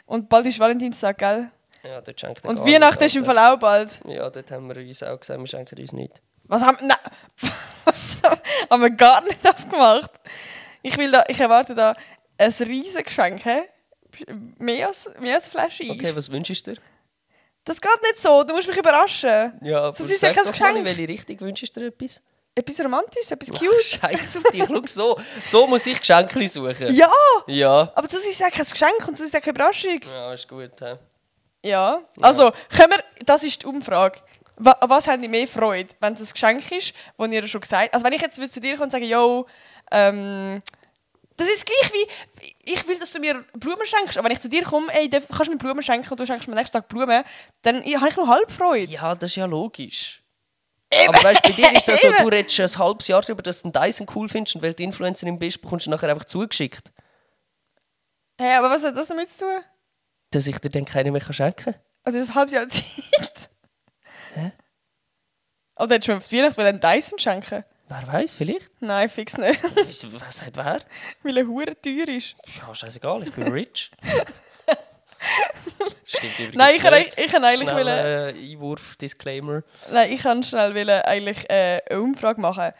Und bald ist Valentinstag, gell?
Ja, dort schenkt er
Und
gar
Weihnachten
nichts,
ist im
Alter.
Fall auch bald.
Ja, dort haben wir uns auch gesagt, wir schenken uns nichts.
Was haben wir... Nein. Was haben- haben wir gar nicht abgemacht. Ich, will da, ich erwarte da ein riesiges Geschenk. hä? Mehr als, mehr als eine Flasche Eis.
Okay, was wünschst du dir?
Das geht nicht so, du musst mich überraschen.
Ja, aber
Sonst ist es
sag
ja kein
doch mal,
Geschenk.
In welche Richtung wünschst du dir etwas?
Etwas Romantisches, etwas
Ach,
Cute.
Scheiß auf dich, schau so. So muss ich Geschenke suchen.
Ja,
Ja.
aber sonst ist es auch kein Geschenk und sonst ist es auch keine Überraschung.
Ja, ist gut. He.
Ja. Also, können wir, das ist die Umfrage. Wa- an Was habt ihr mehr Freude, wenn es ein Geschenk ist, das ihr schon gesagt habt? Also, wenn ich jetzt zu dir komme und sage, yo, ähm, das ist gleich wie, ich will, dass du mir Blumen schenkst. Aber wenn ich zu dir komme, ey, darf- kannst du mir Blumen schenken und du schenkst mir am nächsten Tag Blumen, dann habe ich nur halb Freude.
Ja, das ist ja logisch. Aber weißt du, bei dir ist es so, du redest schon ein halbes Jahr darüber, dass du einen Dyson cool findest und weil du Influencerin bist, bekommst du nachher einfach zugeschickt.
Hä, aber was hat das damit zu tun?
Dass ich dir dann keine mehr schenken kann.
Also, das ist ein halbes Jahr Zeit. Hä? Oder hättest du mir auf Weihnachten einen Dyson schenken
Wer weiß, vielleicht.
Nein, fix nicht.
Was was sagt wer?
Weil er hure teuer ist.
Ja, scheißegal, ich bin rich. Stimmt übrigens
Nein, ich,
nicht.
ich, ich kann eigentlich
Schnell,
wollen.
äh, Einwurf, Disclaimer.
Nein, ich kann schnell wollen, eigentlich äh, eine Umfrage machen,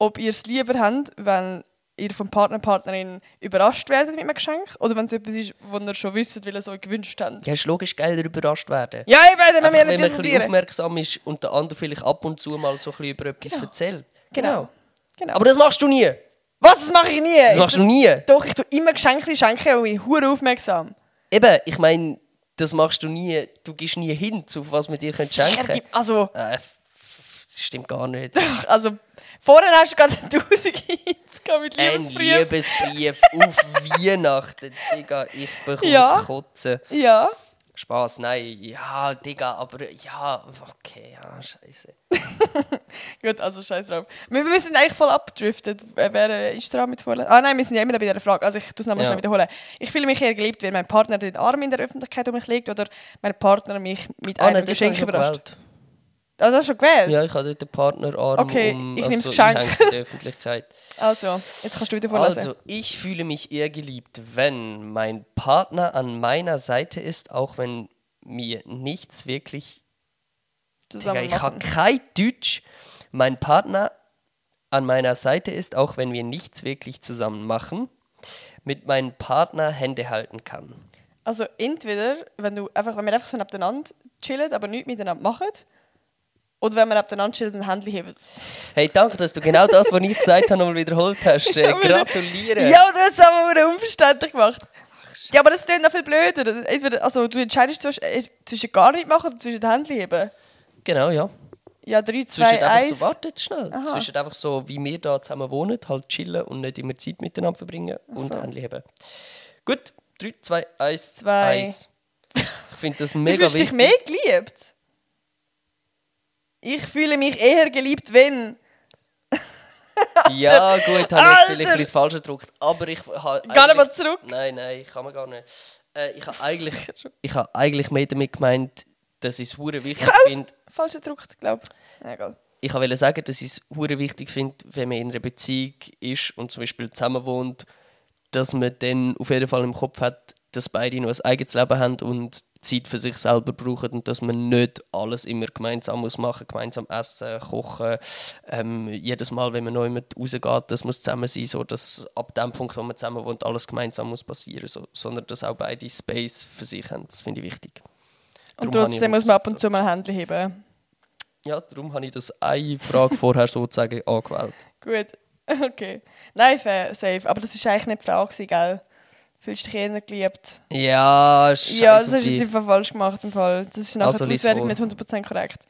ob ihr es lieber habt, wenn ihr vom Partner Partnerin überrascht werdet mit einem Geschenk oder wenn es etwas ist, wo ihr schon wisst, weil ihr es euch gewünscht habt.
Ja, ist logisch geiler überrascht werden.
Ja, ich werde noch
Einfach, wenn
mehr
man ein bisschen
diskutieren.
aufmerksam ist und der andere vielleicht ab und zu mal so ein bisschen über etwas
Genau.
erzählt.
Genau. genau.
Aber das machst du nie.
was, das mache ich nie.
Das machst du nie.
Doch, ich tue immer Geschenke schenken und bin hure aufmerksam.
Eben, ich meine, das machst du nie. Du gibst nie hin, zu was wir dir können
Sicher
schenken
gibt- Also,
Äh, f- f- das stimmt gar nicht.
doch, also, vorher hast du gerade 1000 Hits gehabt mit
Ein
Liebesbrief.
Liebesbrief auf Weihnachten. Digga, ich bekomme
Ja.
es kotzen.
Ja.
Spaß, nein. Ja, Digga, aber ja, okay, ja, scheiße.
Gut, also scheiß drauf. Wir, wir sind eigentlich voll abgedriftet. Äh, Wer äh, ist dran mit vorlesen? Ah nein, wir sind ja immer noch bei dieser Frage. Also ich tue es nochmal
Ja.
schnell wiederholen. Ich fühle mich eher geliebt, wenn mein Partner den Arm in der Öffentlichkeit um mich legt oder mein Partner mich mit einem
dort Ah, habe
Geschenk
ich schon
überrascht.
gewählt.
Also hast du schon gewählt?
Ja, ich habe dort den Partnerarm
Okay,
um.
ich nehme das Geschenk.
einhängt in der Öffentlichkeit.
Also, jetzt kannst du wieder vorlesen.
Also, ich fühle mich eher geliebt, wenn mein Partner an meiner Seite ist, auch wenn mir nichts wirklich. Digga,
Zusammen
ich habe
machen.
kein Deutsch. Mein Partner an meiner Seite ist, auch wenn wir nichts wirklich zusammen machen, mit meinem Partner Hände halten kann.
Also entweder, wenn, du einfach, wenn wir einfach so nebeneinander chillen, aber nichts miteinander machen. Oder wenn wir nebeneinander chillen und Handy heben.
Hey, danke, dass du genau das, was ich gesagt habe, nochmal wiederholt hast. Äh,
aber-
gratuliere!
Ja, aber du hast es aber verdammt unverständlich gemacht. Ja, aber das klingt noch viel blöder. Das- Entweder, also, du entscheidest zwischen, äh, zwischen gar nicht machen oder zwischen den Händen heben.
Genau, ja.
Ja, 3,
Zwischen
2,
einfach
1.
so, wartet schnell.
Aha.
Zwischen einfach so, wie wir da zusammen wohnen, halt chillen und nicht immer Zeit miteinander verbringen und
so.
Handy haben. Gut, 3, 2, 1,
Zwei.
1. Ich finde das
Du
mega
fühlst
wichtig.
dich mehr geliebt. Ich fühle mich eher geliebt, wenn.
Ja, gut, habe ich
Alter!
jetzt vielleicht ein bisschen falsch gedruckt, aber ich habe.
Geh noch mal
eigentlich-
zurück.
Nein, nein, kann man gar nicht. Äh, ich habe eigentlich, ich habe eigentlich mehr damit gemeint, dass ich es hure wichtig
Aus!
finde.
Falsch gedruckt, glaube ich. Ja, egal.
Ich wollte sagen, dass ich es hure wichtig finde, wenn man in einer Beziehung ist und zum Beispiel zusammen wohnt, dass man dann auf jeden Fall im Kopf hat, dass beide noch ein eigenes Leben haben und Zeit für sich selber brauchen und dass man nicht alles immer gemeinsam muss machen gemeinsam essen, kochen. Ähm, jedes Mal, wenn man neu mit rausgeht, das muss zusammen sein, so dass ab dem Punkt, wo man zusammen wohnt, alles gemeinsam muss passieren, so, sondern dass auch beide Space für sich haben. Das finde ich wichtig.
Und
Darum habe ich
trotzdem muss man ab und zu mal Handy heben.
Ja, darum habe ich das eine Frage vorher sozusagen angewählt.
Gut. Okay. Nein, fair, safe. Aber das war eigentlich nicht die Frage, gewesen, gell? Fühlst du dich eher geliebt?
Ja, scheiße.
Ja, das hast du jetzt im Fall falsch gemacht. Im Fall. Das ist nachher
Also,
die
lies
Auswertung
vor.
nicht 100% korrekt.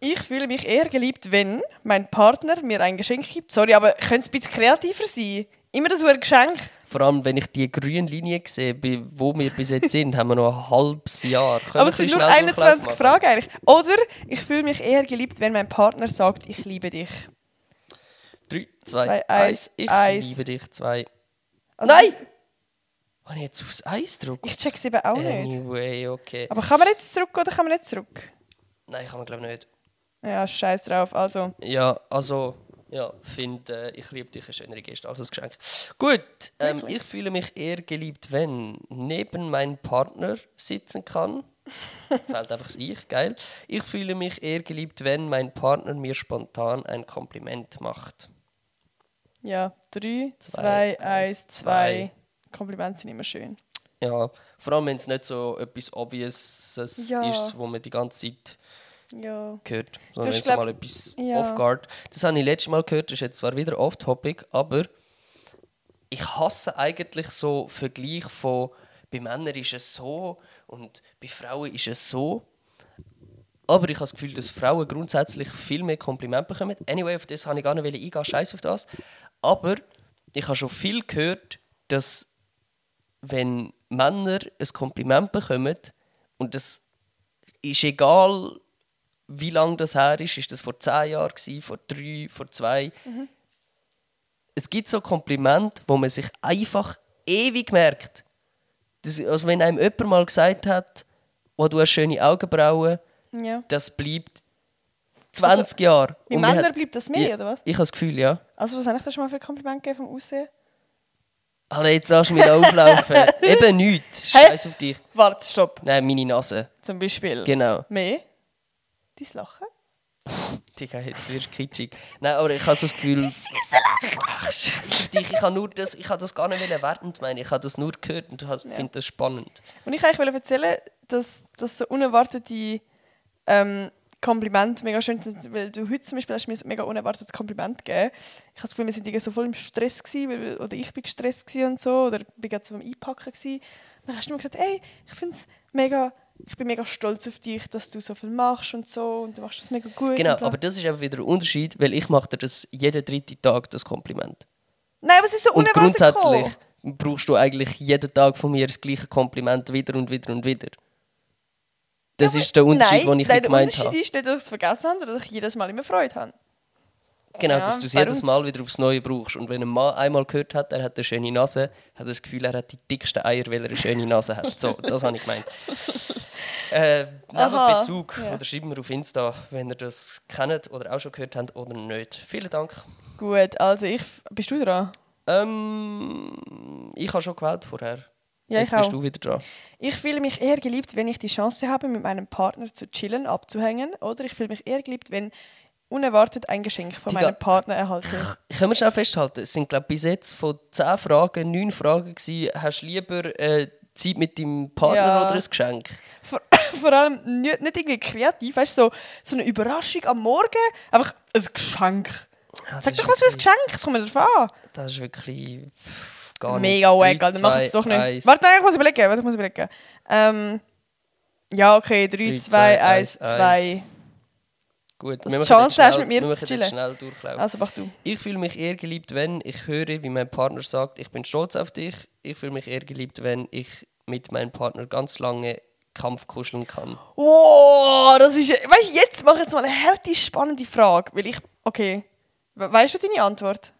Ich fühle mich eher geliebt, wenn mein Partner mir ein Geschenk gibt. Sorry, aber könnte es ein bisschen kreativer sein? Immer das ein Geschenk.
Vor allem, wenn ich die grüne Linie sehe, bei- wo wir bis jetzt sind, haben wir noch ein halbes Jahr. Können
aber
wir
es
ein
sind
bisschen
nur
schnell Durchlauf
21
machen?
Fragen eigentlich. Oder ich fühle mich eher geliebt, wenn mein Partner sagt, ich liebe dich.
Drei, zwei,
Zwei,
eins.
eins,
Ich
eins.
liebe dich. Zwei.
Also,
Nein! Habe ich jetzt aufs Eis gedrückt?
Ich check's eben auch
Ähm.
nicht.
Anyway, okay.
Aber kann man jetzt zurück oder kann man nicht zurück?
Nein, kann man glaube ich nicht.
Ja, scheiß drauf. Also,
Ja, also, Ja, finde, äh, ich liebe dich, eine schönere Geste als ein Geschenk. Gut, ähm, ich fühle mich eher geliebt, wenn neben meinem Partner sitzen kann. Fällt einfach das Ich, geil. Ich fühle mich eher geliebt, wenn mein Partner mir spontan ein Kompliment macht.
Ja, 3,
Zwei,
2,
eins,
1, 2. Komplimente sind immer schön.
Ja, vor allem wenn es nicht so etwas Obviouses
Ja.
ist, wo man die ganze Zeit
Ja.
gehört. Sondern
hast,
wenn es mal
glaub-
etwas
ja.
off-guard. Das habe ich letztes Mal gehört, das ist jetzt zwar wieder off-topic, aber ich hasse eigentlich so Vergleich von bei Männern ist es so und bei Frauen ist es so. Aber ich habe das Gefühl, dass Frauen grundsätzlich viel mehr Komplimente bekommen. Anyway, auf das habe ich gar nicht eingehen, scheiß auf das. Aber ich habe schon viel gehört, dass wenn Männer ein Kompliment bekommen und das ist egal, wie lange das her ist, ist das vor zehn Jahren, gewesen, vor drei, vor zwei.
Mhm.
Es gibt so Komplimente, wo man sich einfach ewig merkt. Das, also wenn einem jemand mal gesagt hat, oh, du hast schöne Augenbrauen,
ja.
das bleibt 20 Jahre.
Bei
Und man hat-
Männern Also, bleibt das mehr,
Ja,
oder was?
Ich habe das Gefühl, ja.
Also, was habe ich da schon mal für Kompliment gegeben vom Aussehen?
Alter, jetzt lass mich da auflaufen. Eben nichts.
Hä?
Scheiß auf dich.
Warte, stopp.
Nein, meine Nase.
Zum Beispiel.
Genau.
Mehr? Dein Lachen?
Digga, jetzt wirst du kitschig. Nein, aber ich habe so das Gefühl. Ach, scheiß auf dich. Ich habe nur das, ich habe das gar nicht wollen wertend meinen. Ich habe das nur gehört und ich finde das spannend.
Und ich eigentlich wollte erzählen, dass, dass so unerwartete ähm, Komplimente mega schön sind, weil du heute zum Beispiel hast mir ein mega unerwartetes Kompliment gegeben. Ich habe das Gefühl, wir sind irgendwie so voll im Stress gewesen, weil, wir- oder ich bin gestresst gewesen und so, oder bin gerade so am Einpacken gewesen. Dann hast du mir gesagt, ey, ich finde es mega, ich bin mega stolz auf dich, dass du so viel machst und so, und du machst das mega gut.
Genau,
und bla.
aber das ist eben wieder ein Unterschied, weil ich mache dir das jeden dritten Tag das Kompliment.
Nein, aber es ist so
Und
unerwartet
grundsätzlich
gekommen.
brauchst du eigentlich jeden Tag von mir das gleiche Kompliment wieder und wieder und wieder. Das ist der Unterschied,
Nein,
den ich
nein, der
gemeint
Unterschied
habe.
ist nicht, dass ich es vergessen habe, oder dass ich jedes Mal immer Freude habe.
Genau,
Ja,
dass du es
bei
jedes
uns.
Mal wieder aufs Neue brauchst. Und wenn ein Mann einmal gehört hat, er hat eine schöne Nase, hat er das Gefühl, er hat die dicksten Eier, weil er eine schöne Nase hat. So, das habe ich gemeint. Äh, nehmt
Aha,
Bezug
ja.
oder schreibt mir auf Insta, wenn ihr das kennt oder auch schon gehört habt oder nicht. Vielen Dank.
Gut, also ich, bist du dran?
Ähm, ich habe schon gewählt vorher.
Ja,
Jetzt
ich
bist
auch.
du wieder dran.
Ich fühle mich eher geliebt, wenn ich die Chance habe, mit meinem Partner zu chillen, abzuhängen. Oder ich fühle mich eher geliebt, wenn unerwartet ein Geschenk von
Digga.
meinem Partner erhalte.
Können wir schnell festhalten, es sind glaube bis jetzt von 10 Fragen 9 Fragen gewesen, hast du lieber äh, Zeit mit deinem Partner
Ja.
oder ein Geschenk? Ah,
Vor, vor allem nicht, nicht irgendwie kreativ, weißt du, so, so eine Überraschung am Morgen, einfach ein Geschenk.
Das
Sag
ist
doch was für ein
jetzt-
Geschenk, es kommt mir drauf an.
Das ist wirklich pff, gar nicht.
Mega
Drei,
wack, Alter, mach
zwei,
es doch nicht.
eins.
Warte, nein, ich muss überlegen, warte, ich muss überlegen. Ähm, ja, okay, 3,
Drei,
2,
zwei,
1,
eins,
2.
eins. Gut,
Dass
wir
du
machen jetzt
Chance hast,
schnell-
mit mir
wir
zu
machen jetzt
chillen.
schnell durchlaufen.
Also mach du.
Ich fühle mich eher geliebt, wenn ich höre, wie mein Partner sagt, ich bin stolz auf dich. Ich fühle mich eher geliebt, wenn ich mit meinem Partner ganz lange Kampf kuscheln kann.
Wow, das ist. Weißt du, jetzt mache ich jetzt mal eine harte, spannende Frage. Weil ich. Okay. We weißt du deine Antwort?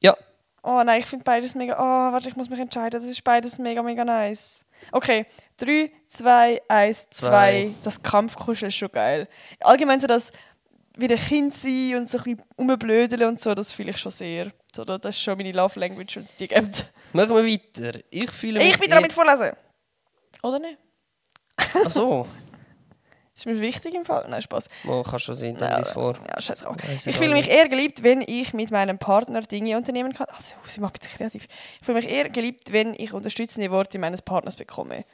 Ja,
Oh nein, ich finde beides mega. Oh, warte, ich muss mich entscheiden. Das ist beides mega, mega nice. Okay. 3, 2, 1,
Zwei.
2. Das Kampfkuscheln ist schon geil. Allgemein so das wieder Kind sein und so ein bisschen rumblödeln und so, das fühle ich schon sehr. So, Das ist schon meine Love Language, wenn es die gibt.
machen wir weiter. Ich fühle mich
Ich bin
eher...
dran mit vorlesen. Oder nicht?
Ach so,
Ist mir wichtig im Fall? Nein, Spaß.
oh, kannst schon sein, dann
Ja,
lies vor.
Äh, Ja, scheiße.
Weiss ich
Ich fühle
auch
mich eher geliebt, wenn ich mit meinem Partner Dinge unternehmen kann. Also, oh, sie macht bitte kreativ. Ich fühle mich eher geliebt, wenn ich unterstützende Worte meines Partners bekomme.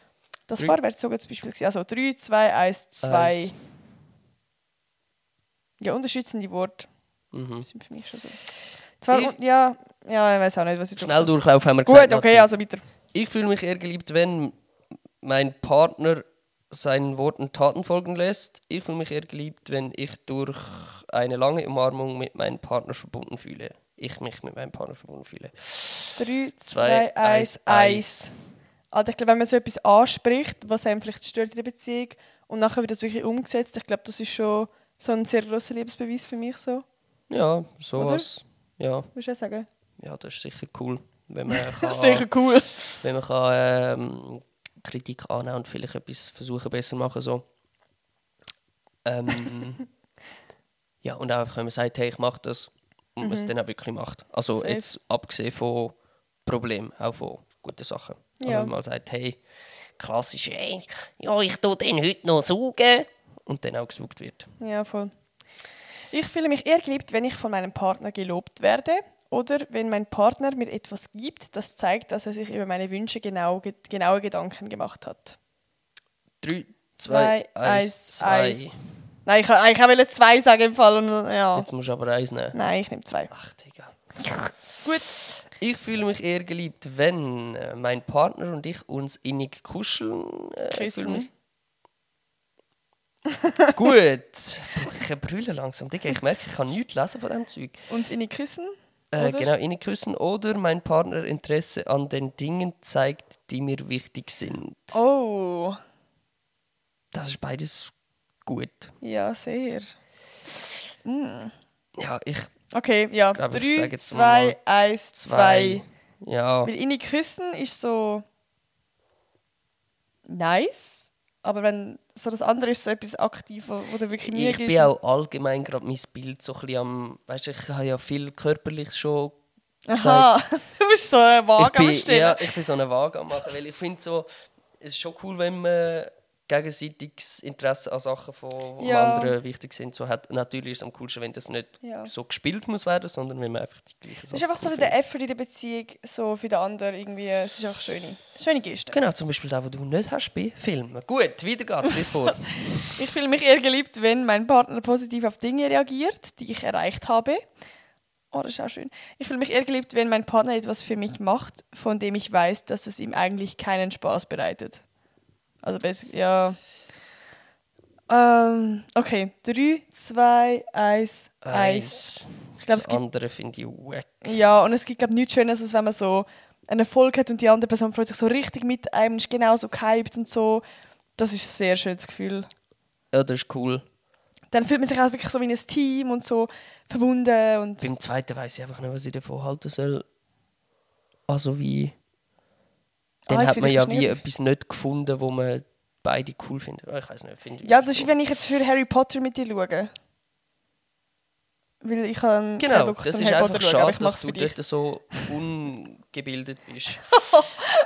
Das
Drei-
Fahrwerk sogar zum Beispiel. gewesen. Also 3, 2, 1, 2.
Eins.
Ja, unterstützende Worte
Mhm.
sind für mich schon so. Zwar,
Ich-
un- ja, ja, ich weiß auch nicht, was ich
Schnell
drauf-
durchlaufen haben wir gesagt.
Gut, okay,
Nati.
also weiter.
Ich fühle mich eher geliebt, wenn mein Partner seinen Worten Taten folgen lässt. Ich fühle mich eher geliebt, wenn ich durch eine lange Umarmung mit meinem Partner verbunden fühle. Ich mich mit meinem Partner verbunden fühle.
3,
Zwei,
2, 1,
eins,
1. Also ich glaube, wenn man so etwas anspricht, was einem vielleicht stört in der Beziehung und nachher wird das wirklich umgesetzt, ich glaube, das ist schon so ein sehr großer Liebesbeweis für mich so,
Ja, sowas. Ja,
würdest du auch sagen?
ja, das ist sicher cool, wenn man kann,
Das ist sicher cool.
wenn man kann ähm, Kritik annehmen und vielleicht etwas versuchen besser machen so. Ähm, Ja, und einfach, wenn man sagt, hey, ich mache das, und man es dann auch wirklich macht. Also
Safe.
jetzt abgesehen von Problemen, auch von guten Sachen. Also
Ja.
wenn man sagt, hey, klassisch, hey, ja, ich tue den heute noch saugen. Und dann auch gesaugt wird.
Ja, voll. Ich fühle mich eher geliebt, wenn ich von meinem Partner gelobt werde oder wenn mein Partner mir etwas gibt, das zeigt, dass er sich über meine Wünsche genau, ge- genaue Gedanken gemacht hat.
3, 2, 1, 2.
Nein, ich, ich wollte zwei sagen im Fall. Und, ja.
Jetzt musst du aber eins nehmen.
Nein, ich nehme zwei.
Ach, Digga.
Gut.
Ich fühle mich eher geliebt, wenn äh, mein Partner und ich uns innig kuscheln. Äh, ich
Küssen.
fühle mich- Gut. Brauche ich eine Brille langsam. Digga, ich merke, ich kann nichts lesen von diesem Zeug.
Und in die Küssen?
Äh,
Oder?
genau, innig küssen oder mein Partner Interesse an den Dingen zeigt, die mir wichtig sind.
Oh,
Das ist beides gut.
ja, sehr.
Ja, ich
Okay, ja.
Glaub, ich sag
Drei,
jetzt
zwei,
mal
eins,
zwei.
zwei.
Ja,
Weil innig küssen ist so nice, aber wenn so das andere ist so etwas aktiv, wo, wo du wirklich nie
ich bin
gehst.
auch allgemein gerade mein Bild so ein bisschen am. Weißt du, ich habe ja viel körperliches schon gesagt.
Aha, du bist so eine
ich
Waage am
bin,
Stellen.
ja, ich bin so eine Waage am machen, weil ich finde so, es ist schon cool, wenn man gegenseitiges Interesse an Sachen von vom
Ja.
anderen wichtig sind. So hat, natürlich ist es am coolsten, wenn das nicht
Ja.
so gespielt muss werden, sondern wenn man einfach die gleiche
Es
Sache
ist einfach so ein
cool
bisschen der Effort in der Beziehung so für den anderen irgendwie. Es ist einfach schöne, schöne Geste.
Genau, zum Beispiel das, was du nicht hast bei Filmen. Gut, weiter geht's, lies vor.
Ich fühle mich eher geliebt, wenn mein Partner positiv auf Dinge reagiert, die ich erreicht habe. Oh, das ist auch schön. Ich fühle mich eher geliebt, wenn mein Partner etwas für mich macht, von dem ich weiß, dass es ihm eigentlich keinen Spaß bereitet. Also basic, ja. Ähm, okay. 3, 2, 1, 1.
Eins.
Ich glaube,
Das
es gibt.
andere finde ich wack.
Ja, und es gibt, glaube ich, nichts Schönes, als wenn man so einen Erfolg hat und die andere Person freut sich so richtig mit einem, ist genauso gehypt und so. Das ist ein sehr schönes Gefühl.
Ja, das ist cool.
dann fühlt man sich auch wirklich so wie ein Team und so verbunden und
Beim zweiten weiß ich einfach nicht, was ich davon halten soll. Also wie. Dann
Ah, es
hat
wird
man ja
etwas
wie
nicht-
etwas nicht gefunden, wo man beide cool findet. Ah, Ich weiß nicht, finde ich.
ja das ist wie
so.
wenn ich jetzt für Harry Potter mit dir schaue weil ich habe
Genau, das ist einfach
schauen, aber
schade,
ich mache
dass
es
du
für dich
dort so ungebildet bist.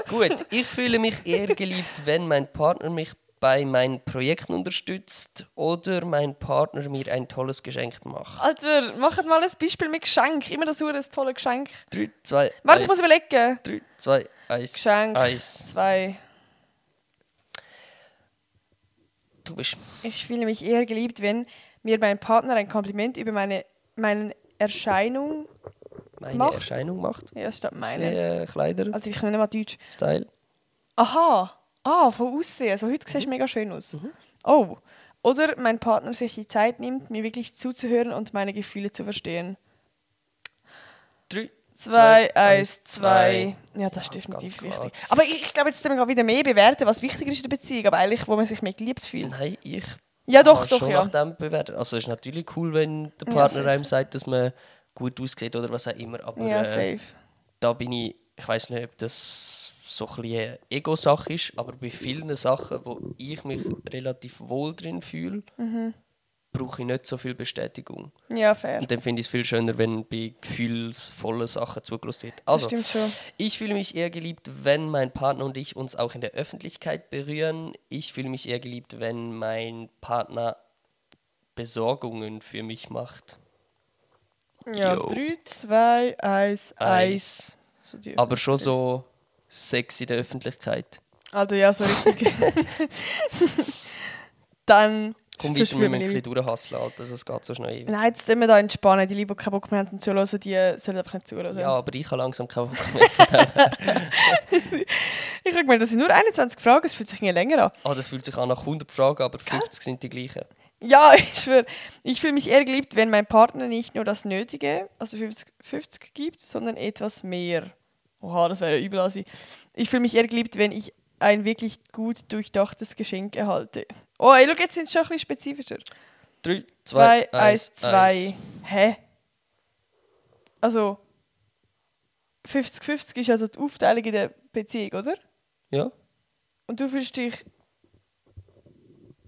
Gut, ich fühle mich eher geliebt, wenn mein Partner mich bei meinen Projekten unterstützt oder mein Partner mir ein tolles Geschenk
Ah.
macht.
Alter macht mal ein Beispiel mit Geschenk immer das ein tolles Geschenk
3, 2,
warte ich muss überlegen
3, 2, 1.
Geschenk
Eins.
zwei
Du bist.
ich fühle mich eher geliebt wenn mir mein Partner ein Kompliment über meine meine Erscheinung
Meine
Macht.
Erscheinung macht.
ja statt meine
Meine. Äh, Kleider,
also ich kann nicht mal Deutsch
Style.
Aha, ah, von aussehen. Also heute
Mhm.
siehst du mega schön aus. Oh. Oder mein Partner sich die Zeit nimmt, mir wirklich zuzuhören und meine Gefühle zu verstehen.
3,
Zwei, eins, zwei. Ja, das ist
Ja, ganz
definitiv
klar.
wichtig. Aber ich, ich glaube, jetzt müssen wir gerade wieder mehr bewerten, was wichtiger ist in der Beziehung, aber eigentlich, wo man sich mehr geliebt fühlt.
Nein, ich.
Ja, doch,
kann
doch,
schon
ja.
nach dem bewerten. Also, es ist natürlich cool, wenn der
Ja,
Partner
safe.
einem sagt, dass man gut aussieht oder was auch immer. Aber
Ja,
äh,
safe.
da bin ich, ich weiß nicht, ob das so ein bisschen eine Ego-Sache ist, aber bei vielen Sachen, wo ich mich relativ wohl drin fühle,
Mhm.
brauche ich nicht so viel Bestätigung.
Ja, fair.
Und dann finde ich es viel schöner, wenn bei gefühlsvollen Sachen zugelost wird. Also,
stimmt schon.
Ich fühle mich eher geliebt, wenn mein Partner und ich uns auch in der Öffentlichkeit berühren. Ich fühle mich eher geliebt, wenn mein Partner Besorgungen für mich macht.
Ja,
Jo.
drei, zwei, eins, eins.
Eins.
So die-
Aber schon so Sex in der Öffentlichkeit.
Alter, Also, ja, so richtig. Dann
Komm weiter, wir
verspüren
müssen ein
wir
bisschen durchhasseln, Alter. Das geht so schnell. ewig.
Nein, jetzt tun wir da entspannen. Die Leute, die keinen Bock mehr haben, um zuhören, die sollen einfach nicht zuhören.
Ja, aber ich habe langsam keinen Bock mehr. von dem.
Ich habe gemerkt, das sind nur 21 Fragen, es fühlt sich irgendwie länger an.
Ah, das fühlt sich an nach 100 Fragen, aber 50 sind die gleichen.
Ja, ich schwöre. Ich fühle mich eher geliebt, wenn mein Partner nicht nur das Nötige, also 50, 50 gibt, sondern etwas mehr. Oha, das wäre ja übel. assi. Ich fühle mich eher geliebt, wenn ich ein wirklich gut durchdachtes Geschenk erhalte. Oh, ey, schau, jetzt sind es schon ein bisschen spezifischer.
3,
2,
2,
1,
1,
2.
2.
Hä? Also, 50-50 ist also die Aufteilung in der Beziehung, oder?
Ja,
Und du fühlst dich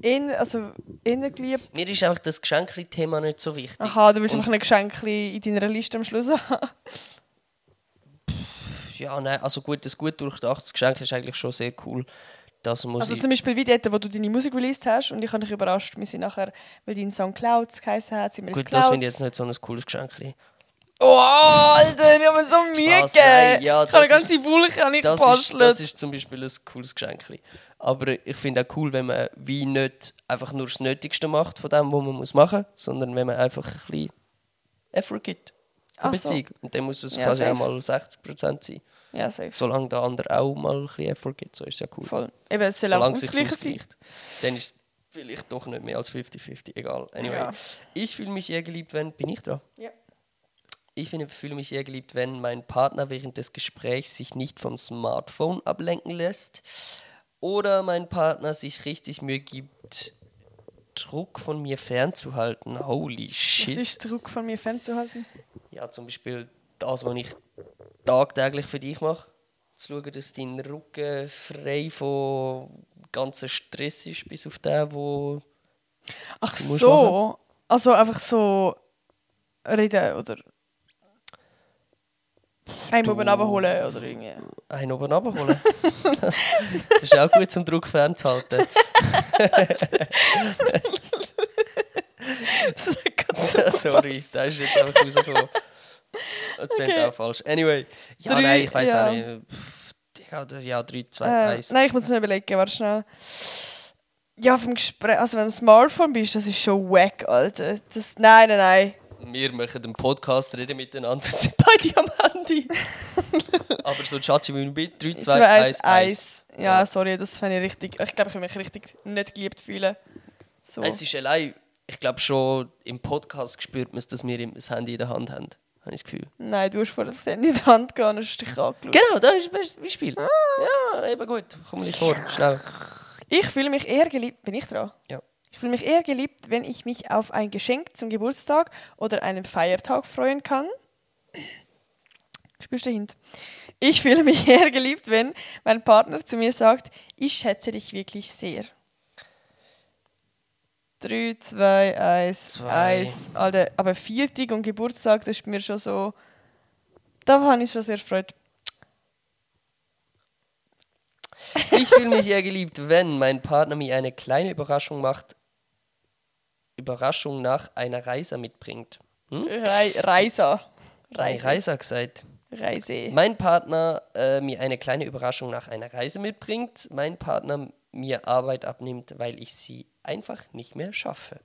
In, also innergeliebt.
Mir ist einfach das Geschenkli-Thema nicht so wichtig.
Aha, du willst
Und-
einfach ein Geschenk in deiner Liste am Schluss haben.
Ja, nein, also gut, ein gut durchdachtes Geschenk ist eigentlich schon sehr cool. Das muss
Also
ich...
zum Beispiel wie dort, wo du deine Musik released hast und ich habe dich überrascht, wir sind nachher, weil dein Song Clouds geheißen hat, sind wir ins
Gut,
Clouds.
das finde ich jetzt nicht so ein cooles Geschenk.
Oh, Alter, ich habe mir so Mühe
Spass, nein,
gegeben.
ja,
ich habe eine
das ist-
ganze Wulche an ich
Das ist, das
gebastelt.
ist zum Beispiel ein cooles Geschenk. Aber ich finde auch cool, wenn man wie nicht einfach nur das Nötigste macht von dem, was man muss machen muss, sondern wenn man einfach ein bisschen Effort gibt für
Ach so.
Beziehung. Und dann muss es
Ja,
quasi
safe.
auch mal 60% sein.
Ja, safe.
Solange der andere auch mal ein bisschen Effort gibt, so ist es ja cool.
Voll. Eben, es soll auch
Solange es sich
ausgleichen sein.
ausgleicht. Dann ist es vielleicht doch nicht mehr als 50-50. Egal. Anyway.
Ja.
Ich fühle mich eher geliebt, wenn. Bin ich dran?
Ja.
Ich bin- fühle mich eher geliebt, wenn mein Partner während des Gesprächs sich nicht vom Smartphone ablenken lässt. Oder mein Partner sich richtig Mühe gibt, Druck von mir fernzuhalten. Holy
Es
shit.
ist Druck von mir fernzuhalten.
Ja, zum Beispiel das, was ich tagtäglich für dich mache. Zu schauen, dass dein Rücken frei von ganzen Stress ist, bis auf den, wo.
Ach
musst
so. Also einfach so reden oder einen
Du-
oben abholen oder irgendwie.
einen oben abholen. Das, das ist auch gut, zum Druck fernzuhalten. Sorry, das ist jetzt einfach rausgekommen. Das klingt
Okay.
auch falsch. Anyway, ja,
Drei,
nein, ich weiß
ja.
auch nicht. Pff, Digga, oder- Ja, 3, 2,
Äh,
1.
nein, ich muss es noch überlegen, warte schnell. Ja, vom Gespräch, also wenn du am Smartphone bist, das ist schon wack, Alter. Das, nein, nein, nein.
Wir machen einen Podcast, reden miteinander und sind beide am Handy. Aber so Chachi mit mit 3, 2, 1, 1.
Ja, sorry, das fände ich richtig. Ich glaube, ich würde mich richtig nicht geliebt fühlen. So.
Es ist allein, ich glaube schon im Podcast spürt man es, dass wir immer das Handy in der Hand haben. Habe ich das Gefühl.
Nein, du hast vorher das Handy in die Hand gegangen und hast dich angeschaut.
Genau, das ist das Beispiel. Ja, eben gut. Komm nicht vor, schnell.
Ich fühle mich eher geliebt. Bin ich dran?
Ja.
Ich fühle mich eher geliebt, wenn ich mich auf ein Geschenk zum Geburtstag oder einem Feiertag freuen kann. Spürst du den Hint? Ich fühle mich eher geliebt, wenn mein Partner zu mir sagt, ich schätze dich wirklich sehr. 3, 2, 1,
Zwei.
1. Alter, aber Viertig und Geburtstag, das ist mir schon so. Da habe ich schon sehr freut.
Ich fühle mich eher geliebt, wenn mein Partner mir eine kleine Überraschung macht. Überraschung nach einer Reise mitbringt. Hm?
Rei Reisa.
Reise.
Reise.
Reise gesagt.
Reise.
Mein Partner äh, mir eine kleine Überraschung nach einer Reise mitbringt. Mein Partner mir Arbeit abnimmt, weil ich sie einfach nicht mehr schaffe.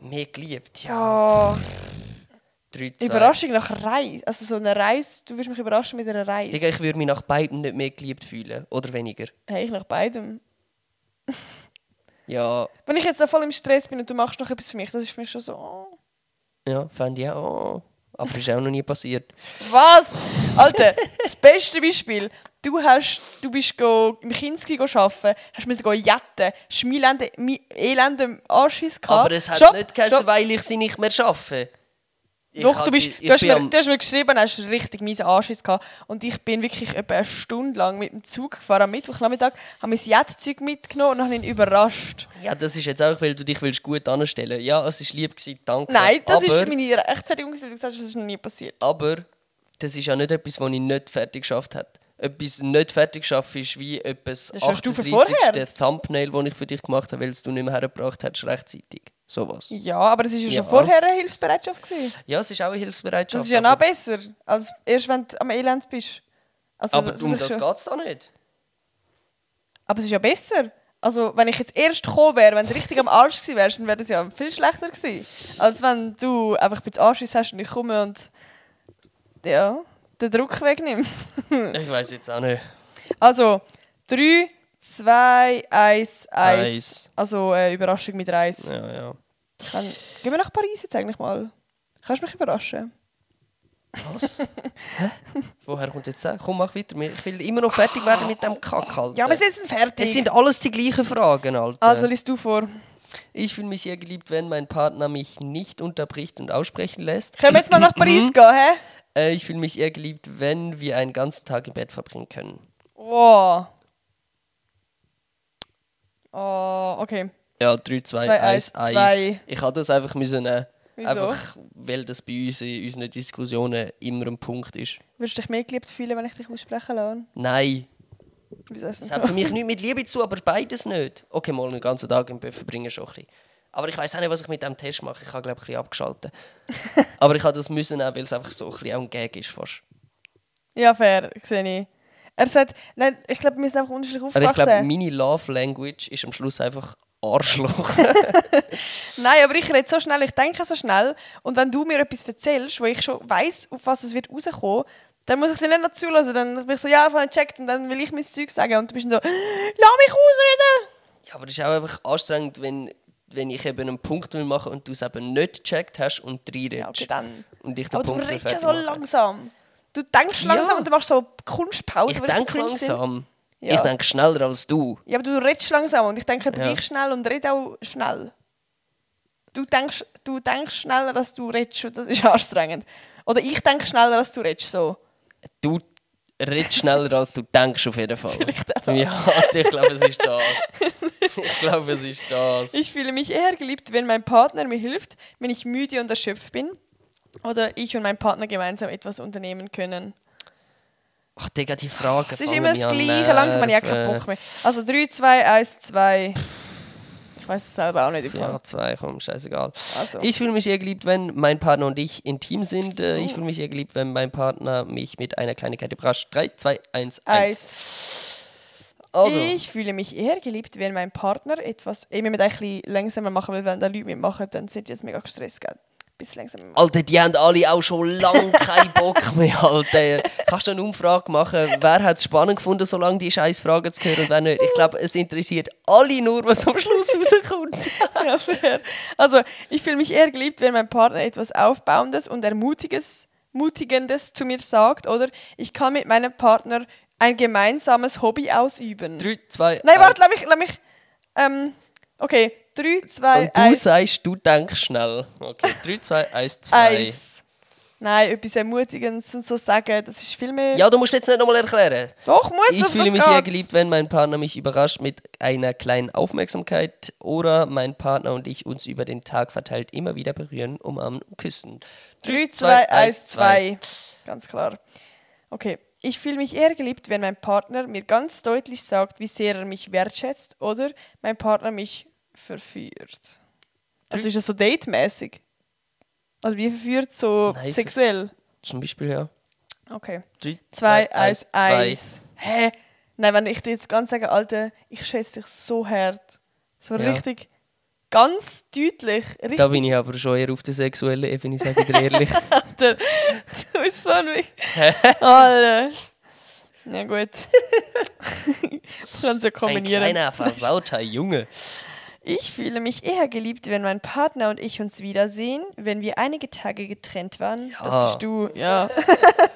Mir geliebt, ja.
Oh.
Drei, zwei.
Überraschung nach Reis. Also so eine Reis, du wirst mich überraschen mit einer Reis.
Digga, ich würde mich nach beiden nicht mehr geliebt fühlen. Oder weniger.
hey, ich nach beidem.
Ja,
Wenn ich jetzt da voll im Stress bin und du machst noch etwas für mich, das ist für mich schon so. Oh.
ja, fand ich auch. Aber das ist auch noch nie passiert.
Was? Alter, das beste Beispiel. Du, hast, du bist go, im Kinski go arbeiten, hast müssen go jetten, hast meinen elenden- meinen elenden Anschiss gehabt.
Aber es hat
Ah, Stopp,
nicht geheißen,
stopp.
weil ich sie nicht mehr schaffe. Ich
Doch, du,
hatte-
bist,
ich
du, hast
bin
mir,
am-
du hast mir geschrieben, hast richtig miesen Anschiss gehabt. Und ich bin wirklich etwa eine Stunde lang mit dem Zug gefahren am Mittwochnachmittag, habe mein Jettzeug mitgenommen und habe ihn überrascht.
Ja, das ist jetzt auch, weil du dich willst gut anstellen Ja, es war lieb, gewesen, danke.
Nein, das
aber,
ist meine Rechtfertigung, weil du gesagt hast, das ist noch nie passiert.
Aber das ist ja nicht etwas, was ich nicht fertig geschafft habe. Etwas nicht fertig geschafft ist wie etwas
Das ist eine Stufe
38. Thumbnail, das ich für dich gemacht habe, weil es du nicht mehr hergebracht hast, rechtzeitig. Sowas.
Ja, aber es war ja
Ja.
schon vorher eine Hilfsbereitschaft. Gewesen.
Ja, es ist auch eine Hilfsbereitschaft.
Das ist ja
aber-
noch besser, als erst wenn du am Elend bist. Also,
Aber
das
um
ist
das
schon-
geht es da nicht.
aber es ist ja besser. Also, wenn ich jetzt erst gekommen wäre, wenn du richtig am Arsch gewesen wärst, dann wäre das ja viel schlechter gewesen. Als wenn du einfach ein bisschen Anschiss hast und ich komme und ja, den Druck wegnimmt.
Ich weiß jetzt auch nicht.
Also, 3, 2, 1, 1.
Eins.
Also, äh, Überraschung mit Reis.
Ja, ja.
Dann gehen wir nach Paris jetzt eigentlich mal. Kannst du mich überraschen?
Was? Hä? Woher kommt jetzt das? Komm, mach weiter. Ich will immer noch fertig werden mit dem Kack, Alter.
Ja, wir sind fertig.
Es sind alles die gleichen Fragen, Alter.
also liest du vor. Können
ich fühle mich sehr geliebt, wenn mein Partner mich nicht unterbricht und aussprechen lässt.
wir jetzt mal
Mhm.
nach Paris gehen, hä?
Äh, ich fühle mich eher geliebt, wenn wir einen ganzen Tag im Bett verbringen können.
Wow. Oh, okay.
Ja, 3, 2,
Zwei,
1,
eins, zwei.
1. Ich habe das einfach müssen nehmen.
Wieso?
Einfach, weil das bei uns in unseren Diskussionen immer ein Punkt ist.
Würdest du dich mehr geliebt fühlen, wenn ich dich aussprechen lasse?
Nein,
Wieso ist
das
das
hat für mich nichts mit Liebe zu, aber beides nicht. Okay, mal einen ganzen Tag im Büff verbringen schon ein bisschen. Aber ich weiß auch nicht, was ich mit dem Test mache. Ich habe, glaube ich, ein bisschen abgeschaltet. aber ich habe das müssen nehmen, weil es einfach so ein bisschen auch ein Gag ist fast.
Ja, fair, sehe ich. Er sagt, nein, ich glaube, wir sind einfach unterschiedlich
Aber ich glaube,
aufgewachsen.
meine Love Language ist am Schluss einfach Arschloch.
Nein, aber ich rede so schnell, ich denke so schnell. Und wenn du mir etwas erzählst, wo ich schon weiß, auf was es wird rauskommen, dann muss ich dir nicht noch zulassen. Dann bin ich so, ja, voll checkt und dann will ich mein Zeug sagen. Und du bist dann so, lass mich ausreden!
Ja, aber es ist auch einfach anstrengend, wenn, wenn ich eben einen Punkt will machen und du es eben nicht gecheckt hast und reinredest.
Ja, okay, dann.
Und ich den
Aber du
Punkt will
redest ja
fertig
so
machen.
langsam. Du denkst langsam und du machst so Kunstpause.
Ich
die richtig
denke
cringe sind.
langsam.
Ja.
Ich denke schneller als du.
Ja, aber du redest langsam und ich denke über
Ja.
dich schnell und rede auch schnell. Du denkst, du denkst schneller, als du redest und das ist anstrengend. Oder ich denke schneller, als du redest. So.
Du redest schneller als du denkst, auf jeden Fall.
Vielleicht auch
Ja, ich glaube, es ist das. Ich glaube, es ist das.
Ich fühle mich eher geliebt, wenn mein Partner mir hilft, wenn ich müde und erschöpft bin. Oder ich und mein Partner gemeinsam etwas unternehmen können.
Ach, Digga, die Fragen.
Es ist
fangen
immer das
mich an
Gleiche, langsam habe ich auch
nerven.
keinen Bock mehr. Also 3, 2, 1, 2. Ich weiß es selber auch nicht. im Fall.
Ja, zwei, komm, scheißegal.
Also.
Ich fühle mich eher geliebt, wenn mein Partner und ich intim sind. Äh, Ich fühle mich eher geliebt, wenn mein Partner mich mit einer Kleinigkeit überrascht. 3, 2, 1, 1.
Eins.
Also,
Ich fühle mich eher geliebt, wenn mein Partner etwas eben mit ein bisschen langsamer machen will, wenn da Leute mitmachen, dann sind die jetzt mega gestresst, gell? Bisschen langsamer machen.
Alter, die haben alle auch schon lange keinen Bock mehr, Alter. Kannst du eine Umfrage machen? Wer hat es spannend gefunden, so lange die scheiß Fragen zu hören und wer nicht? Ich glaube, es interessiert alle nur, was am Schluss rauskommt.
Ja, fair. Also, ich fühle mich eher geliebt, wenn mein Partner etwas Aufbauendes und Ermutiges, Mutigendes zu mir sagt, oder ich kann mit meinem Partner ein gemeinsames Hobby ausüben.
3, 2,
Nein, warte, lass mich, lass mich. Ähm, okay, 3, 2,
Und du
1,
sagst, du denkst schnell. Okay, 3, 2, 1, 2.
1. Nein, etwas Ermutigendes und so sagen, das ist viel mehr.
Ja, du musst jetzt nicht nochmal erklären.
Doch, muss
Ich
das,
fühle
das
mich sehr
geht's.
geliebt, wenn mein Partner mich überrascht mit einer kleinen Aufmerksamkeit oder mein Partner und ich uns über den Tag verteilt immer wieder berühren, umarmen und küssen.
3,
Drei,
2,
zwei,
1,
eins, zwei.
2. Ganz klar. Okay. Ich fühle mich eher geliebt, wenn mein Partner mir ganz deutlich sagt, wie sehr er mich wertschätzt oder mein Partner mich verführt. Also ist das so datemäßig? Also wie verführt so
Nein, ver-
sexuell?
Zum Beispiel, ja.
Okay.
Drei,
2,
zwei, eins,
1, 1. Hä? Nein, wenn ich dir jetzt ganz sage, Alter, ich schätze dich so hart. So
Ja.
richtig, ganz deutlich, richtig.
Da bin ich aber schon eher auf der sexuellen Ebene, sage ich dir ehrlich.
Alter, du bist so ein Wicht. Alter. Na gut. Kannst ja
Ein
kombinieren.
kleiner, versauter Junge.
Ich fühle mich eher geliebt, wenn mein Partner und ich uns wiedersehen, wenn wir einige Tage getrennt waren.
Ja.
Das bist du, ja.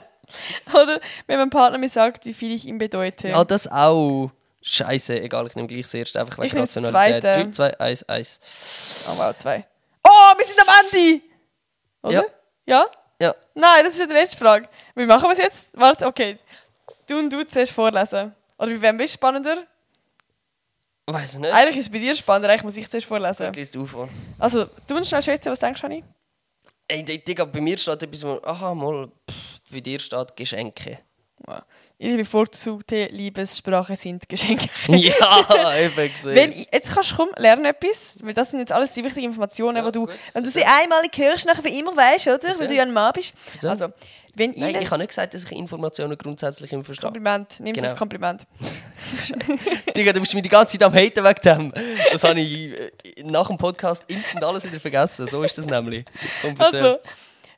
Oder wenn mein Partner mir sagt, wie viel ich ihm bedeute.
Ah, das auch. Scheiße, egal, ich nehme gleich das erste, einfach
Ich
wegen
nehme das
Rationalität. 3,
zweite.
2, 1, 1.
Oh, wow, zwei. Oh, wir sind am Andi! Oder?
Ja.
Ja?
Ja,
Nein, das ist ja die letzte Frage. Wie machen wir es jetzt? Warte, okay. Du und du zuerst vorlesen. Oder bei wem bist du spannender?
weiß nicht.
Eigentlich ist es bei dir spannender, eigentlich muss ich zuerst vorlesen.
Dann liest du vor.
Also, du musst schnell schätzen, was denkst du, Anni?
Ey, Dig- Digga, bei mir steht etwas, wo, aha, mal, pff, bei dir steht Geschenke.
Ihre bevorzugte Liebessprache sind Geschenke.
ja, eben gesehen.
Wenn, jetzt kannst du komm, lernen etwas, weil das sind jetzt alles die wichtigen Informationen,
Ja,
wo du,
gut.
wenn du sie einmalig hörst, nachher für immer weißt, oder? Weil du
Erzähl.
ja ein Mann bist.
Erzähl.
Also, wenn Ihnen...
Nein, ich habe nicht gesagt, dass ich Informationen grundsätzlich immer verstehe.
Kompliment, nimmst
Genau.
das Kompliment.
Digga, du bist mir die ganze Zeit am Haten wegen dem. Das habe ich äh, nach dem Podcast instant alles wieder vergessen. So ist das nämlich. Komm, erzähl.
Also,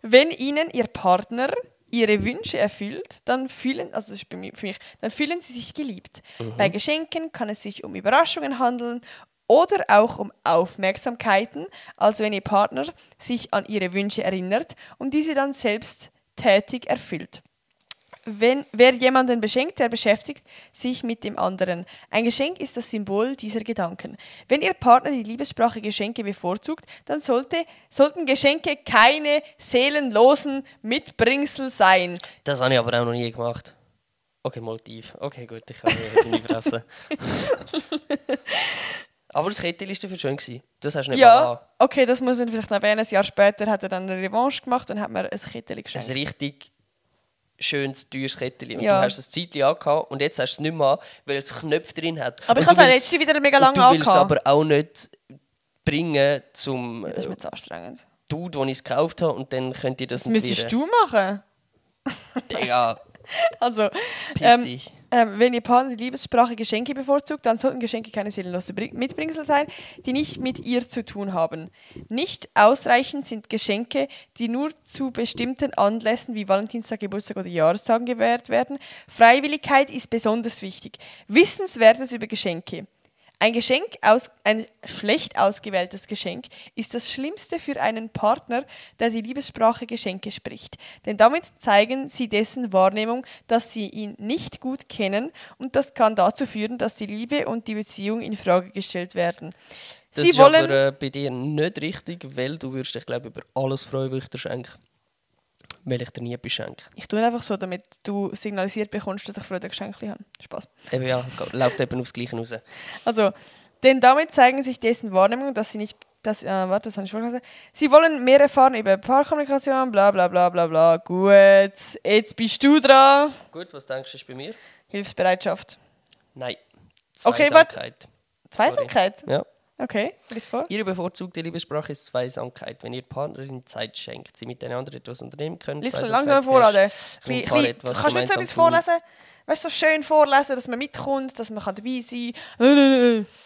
wenn Ihnen Ihr Partner Ihre Wünsche erfüllt, dann fühlen, also das ist bei mir, für mich, dann fühlen Sie sich geliebt. Bei Geschenken kann es sich um Überraschungen handeln oder auch um Aufmerksamkeiten, also wenn Ihr Partner sich an Ihre Wünsche erinnert und diese dann selbst tätig erfüllt. Wenn, wer jemanden beschenkt, der beschäftigt sich mit dem anderen. Ein Geschenk ist das Symbol dieser Gedanken. Wenn Ihr Partner die Liebessprache Geschenke bevorzugt, dann sollte, sollten Geschenke keine seelenlosen Mitbringsel sein.
Das habe ich aber auch noch nie gemacht. Okay, mal tief. Okay, gut, ich kann mich nicht in die Fresse. Aber das Kettel war schön. Gewesen. Das hast du nicht mal an.
Ja, okay, das muss man vielleicht noch erwähnen. Ein Jahr später hat er dann eine Revanche gemacht und hat mir ein Kittel
Ein
geschenkt.
richtig schönes, teures Kettel. Und
Ja.
du hast es ein Zeitchen angehabt und jetzt hast du es nicht mehr an, weil es Knöpfe drin hat.
Aber ich
Und du
habe es auch
willst-
letzte wieder mega
und
lange
Du willst es
angehabt.
aber auch nicht bringen zum
Das ist
äh,
mir zu anstrengend.
Dude, den ich es gekauft habe und dann könnt ihr das
Das müsstest du machen.
Digga,
Also,
piss
Ähm,
dich.
Ähm, wenn ihr Partner die Liebessprache Geschenke bevorzugt, dann sollten Geschenke keine seelenlose Bri- Mitbringsel sein, die nicht mit ihr zu tun haben. Nicht ausreichend sind Geschenke, die nur zu bestimmten Anlässen wie Valentinstag, Geburtstag oder Jahrestagen gewährt werden. Freiwilligkeit ist besonders wichtig. Wissenswertes über Geschenke. Ein Geschenk aus, ein schlecht ausgewähltes Geschenk ist das Schlimmste für einen Partner, der die Liebessprache Geschenke spricht. Denn damit zeigen sie dessen Wahrnehmung, dass sie ihn nicht gut kennen und das kann dazu führen, dass die Liebe und die Beziehung in Frage gestellt werden.
Das
sie
ist
wollen.
aber äh, bei dir nicht richtig, weil du würdest dich, glaube ich, über alles freuen, was ich dir schenke. Weil ich dir nie etwas schenke.
ich tue einfach so, damit du signalisiert bekommst, dass ich Freude an Geschenken habe. Spaß.
Eben ja, ge- läuft eben aufs Gleiche raus.
Also, denn damit zeigen sich dessen Wahrnehmung, dass sie nicht. Dass, äh, warte, das habe ich vorhin gesagt. Sie wollen mehr erfahren über Paarkommunikation, bla bla bla bla bla. Gut, jetzt bist du dran.
Gut, was denkst du, ist bei mir?
Hilfsbereitschaft.
Nein.
Okay, warte.
Zweisamkeit.
Zweisamkeit?
Ja.
Okay, lies vor.
Ihre bevorzugte Liebessprache ist Zweisamkeit. Wenn ihr Partnerin Zeit schenkt, sie miteinander etwas unternehmen können.
Lies
Zweisamkeit
langsam vor,
herrscht.
oder?
Wenn Paare
Klein- klein-
etwas
Kannst du nicht so
gemeinsam
etwas vorlesen? Weißt du, so schön vorlesen, dass man mitkommt, dass man kann dabei sein kann.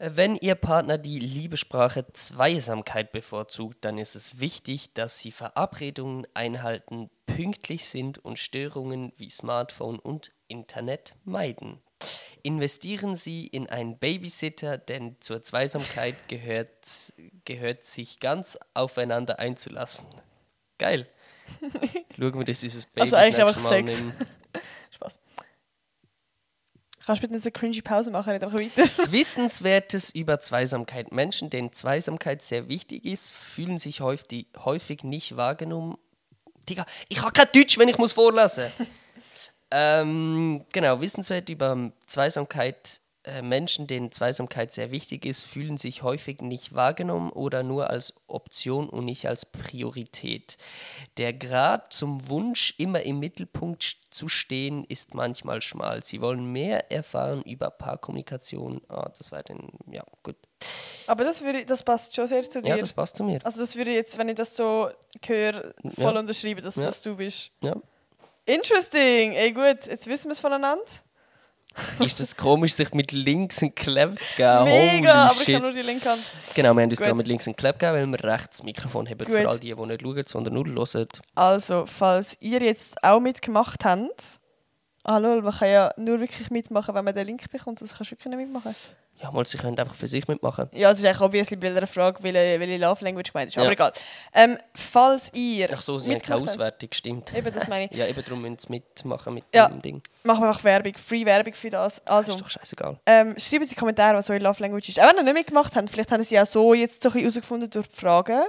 Äh, Wenn Ihr Partner die Liebessprache Zweisamkeit bevorzugt, dann ist es wichtig, dass Sie Verabredungen einhalten, pünktlich sind und Störungen wie Smartphone und Internet meiden. Investieren Sie in einen Babysitter, denn zur Zweisamkeit gehört, gehört sich ganz aufeinander einzulassen. Geil. Schauen wir, dass dieses Baby
Also
das
eigentlich
nächste
einfach
Mal
Sex.
nehmen.
Spaß. Kannst du bitte nicht so cringy Pause machen? Red einfach weiter.
Wissenswertes über Zweisamkeit. Menschen, denen Zweisamkeit sehr wichtig ist, fühlen sich häufig, häufig nicht wahrgenommen. Digga, ich habe kein Deutsch, wenn ich muss vorlesen. ähm, genau, wissenswert über Zweisamkeit. Äh, Menschen, denen Zweisamkeit sehr wichtig ist, fühlen sich häufig nicht wahrgenommen oder nur als Option und nicht als Priorität. Der Grad zum Wunsch, immer im Mittelpunkt sch- zu stehen, ist manchmal schmal. Sie wollen mehr erfahren über Paarkommunikation. Ah, das war dann, ja, gut.
Aber das, würde, das passt schon sehr zu dir.
Ja, das passt zu mir.
Also das würde ich jetzt, wenn ich das so höre, voll
Ja.
unterschreiben, dass
Ja.
das du bist.
Ja.
Interesting! Ey gut, jetzt wissen wir es voneinander.
Ist das komisch, sich mit links einen Clap zu geben? Holy
Mega, aber ich
shit.
kann nur die Linke Hand.
Genau, wir haben uns
Gut.
gerade mit links einen Clap gegeben, weil wir rechts das Mikrofon haben.
Gut.
Für all die, die nicht schauen, sondern nur hören.
Also, falls ihr jetzt auch mitgemacht habt, ah lol, man kann ja nur wirklich mitmachen, wenn man den Link bekommt, sonst kannst du wirklich nicht mitmachen.
Ja, mal, sie können einfach für sich mitmachen.
Ja, es ist eigentlich obviously bei einer Frage, welche, welche Love Language gemeint ist, aber
Ja.
egal. Ähm, falls ihr
Ach so, sie haben keine
mitgemacht habt-
Auswertung, stimmt.
Eben, das meine ich.
Ja, eben darum müssen sie mitmachen mit
Ja.
dem Ding.
Machen wir einfach Werbung, Free Werbung für das. Also,
Ist doch scheißegal.
Ähm, schreiben Sie in die Kommentare, was eure Love Language ist. Auch wenn ihr nicht mitgemacht habt, vielleicht haben Sie auch so jetzt so ein bisschen herausgefunden durch die Fragen.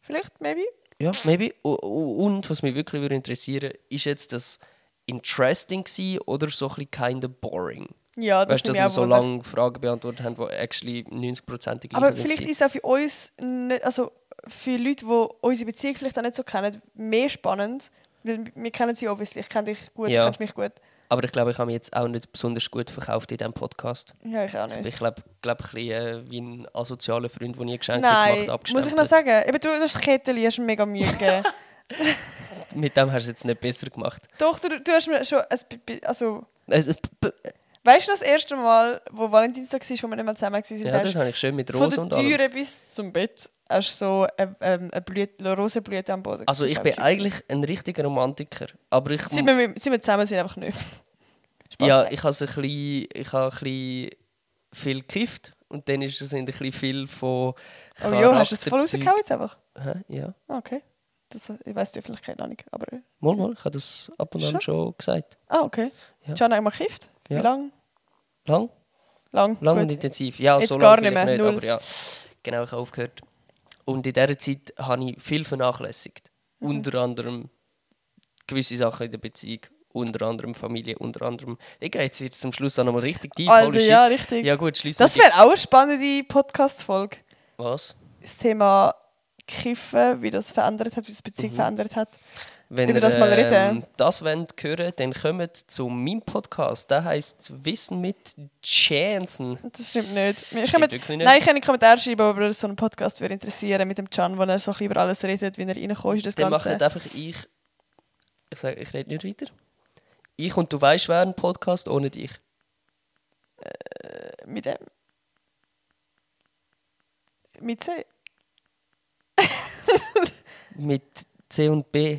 Vielleicht, maybe.
Ja, maybe. U- u- Und was mich wirklich würde interessieren, ist jetzt das interesting gewesen oder so ein bisschen kinda boring?
Ja, das
weißt du, dass
nehme
wir
ich auch
so
Wunder.
lange Fragen beantwortet haben, die actually 90% die gleichen
Aber
sind
vielleicht
gewesen.
ist es auch für uns, nicht, also für Leute, die unsere Beziehung vielleicht auch nicht so kennen, mehr spannend. Weil wir kennen sie obviously. Ich kenne dich gut,
Ja.
du kennst mich gut.
Aber ich glaube, ich habe mich jetzt auch nicht besonders gut verkauft in diesem Podcast.
Ja, ich auch
Ich
nicht.
bin, glaube glaub, ein bisschen äh, wie ein asozialer Freund, der nie Geschenke
Nein,
gemacht hat,
muss ich noch sagen? Eben, du, du hast das Kettchen, hast mir mega Mühe gegeben.
Mit dem hast du es jetzt nicht besser gemacht.
Doch, du, du hast mir schon... ein bi- bi- Also,
Also, p- p-
weißt du noch das erste Mal, wo Valentinstag war, wo wir nicht mal zusammen waren?
ja, das habe ich schön mit Rose
Von
und
der
allem.
Türe bis zum Bett hast du so eine, ähm, eine, Blüte, eine Rosenblüte am Boden.
Also
Das ist
ich
auch
bin
cute.
eigentlich ein richtiger Romantiker, aber ich
Sind wir, mit- sind wir zusammen, sind einfach nicht. Spaß.
ja, ich habe so ein bisschen, ich habe ein bisschen viel gekifft und dann ist es ein bisschen viel von
Oh ja, hast du es
Charakterzeug-
voll rausgehauen jetzt einfach?
Hä? Ja,
Ah, Okay. Das, ich weiß die Öffentlichkeit noch nicht, aber...
mal, mal, ich habe das ab und an
Schon?
schon gesagt.
Ah, okay.
Ja.
Schon einmal gekifft? Wie
Ja.
lang?
Lang,
Lang?
lang
Gut.
und intensiv. Ja,
Jetzt
so lang
gar nicht
vielleicht
mehr, null.
aber ja, genau, ich habe aufgehört. Und in dieser Zeit
Mhm.
habe ich viel vernachlässigt, unter anderem gewisse Sachen in der Beziehung unter anderem Familie, unter anderem. Egal, jetzt wird es zum Schluss auch nochmal richtig deep.
Alter,
holy shit.
ja, richtig.
Ja, gut, schließen
das wäre auch eine spannende Podcast-Folge.
Was?
Das Thema Kiffen, wie das verändert hat, wie das Beziehung
Mhm.
verändert hat.
Wenn
Über
ihr
das mal
ähm,
reden.
das wollt hören, dann kommt zu meinem Podcast. Der heißt Wissen mit Chancen.
Das stimmt nicht. Wir
Stimmt
können,
wirklich nicht.
Nein, ich kann in die Kommentare schreiben, ob ihr so einen Podcast würde interessieren mit dem Can, wo er so ein bisschen über alles redet, wie er reinkommt in das
Dann
Ganze.
macht einfach ich. Ich sage, ich rede nicht weiter. Ich und du weißt, wer ein Podcast ohne dich.
Mit dem. Mit C.
Mit C und B.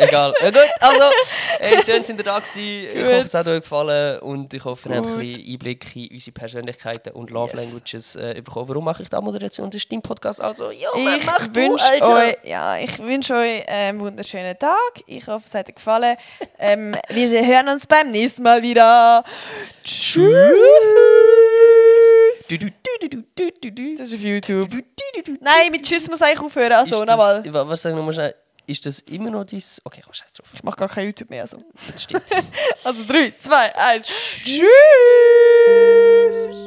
Egal. Ja, gut, also, hey, schön, sind ihr da gewesen. Ich
Gut.
hoffe, es hat euch gefallen und ich hoffe, ihr habt ein
Gut.
bisschen Einblick in unsere Persönlichkeiten und Love
Yes.
Languages äh, bekommen. Warum mache ich da Moderation? Das ist dein Podcast. Also, jo,
Ich
mach du,
wünsche
Alter.
euch, ja, ich wünsche euch einen wunderschönen Tag. Ich hoffe, es hat euch gefallen. ähm, wir hören uns beim nächsten Mal wieder. Tschüss.
Du, du, du, du, du, du, du.
Das ist auf YouTube. Nein, mit Tschüss muss eigentlich aufhören. Also,
ist das,
nochmal.
wa- was sagen wir mal schnell? Ist das immer noch dein. Okay, komm, scheiß drauf.
Ich mache gar kein YouTube mehr. Also,
Das stimmt.
also 3, 2, 1. Tschüss.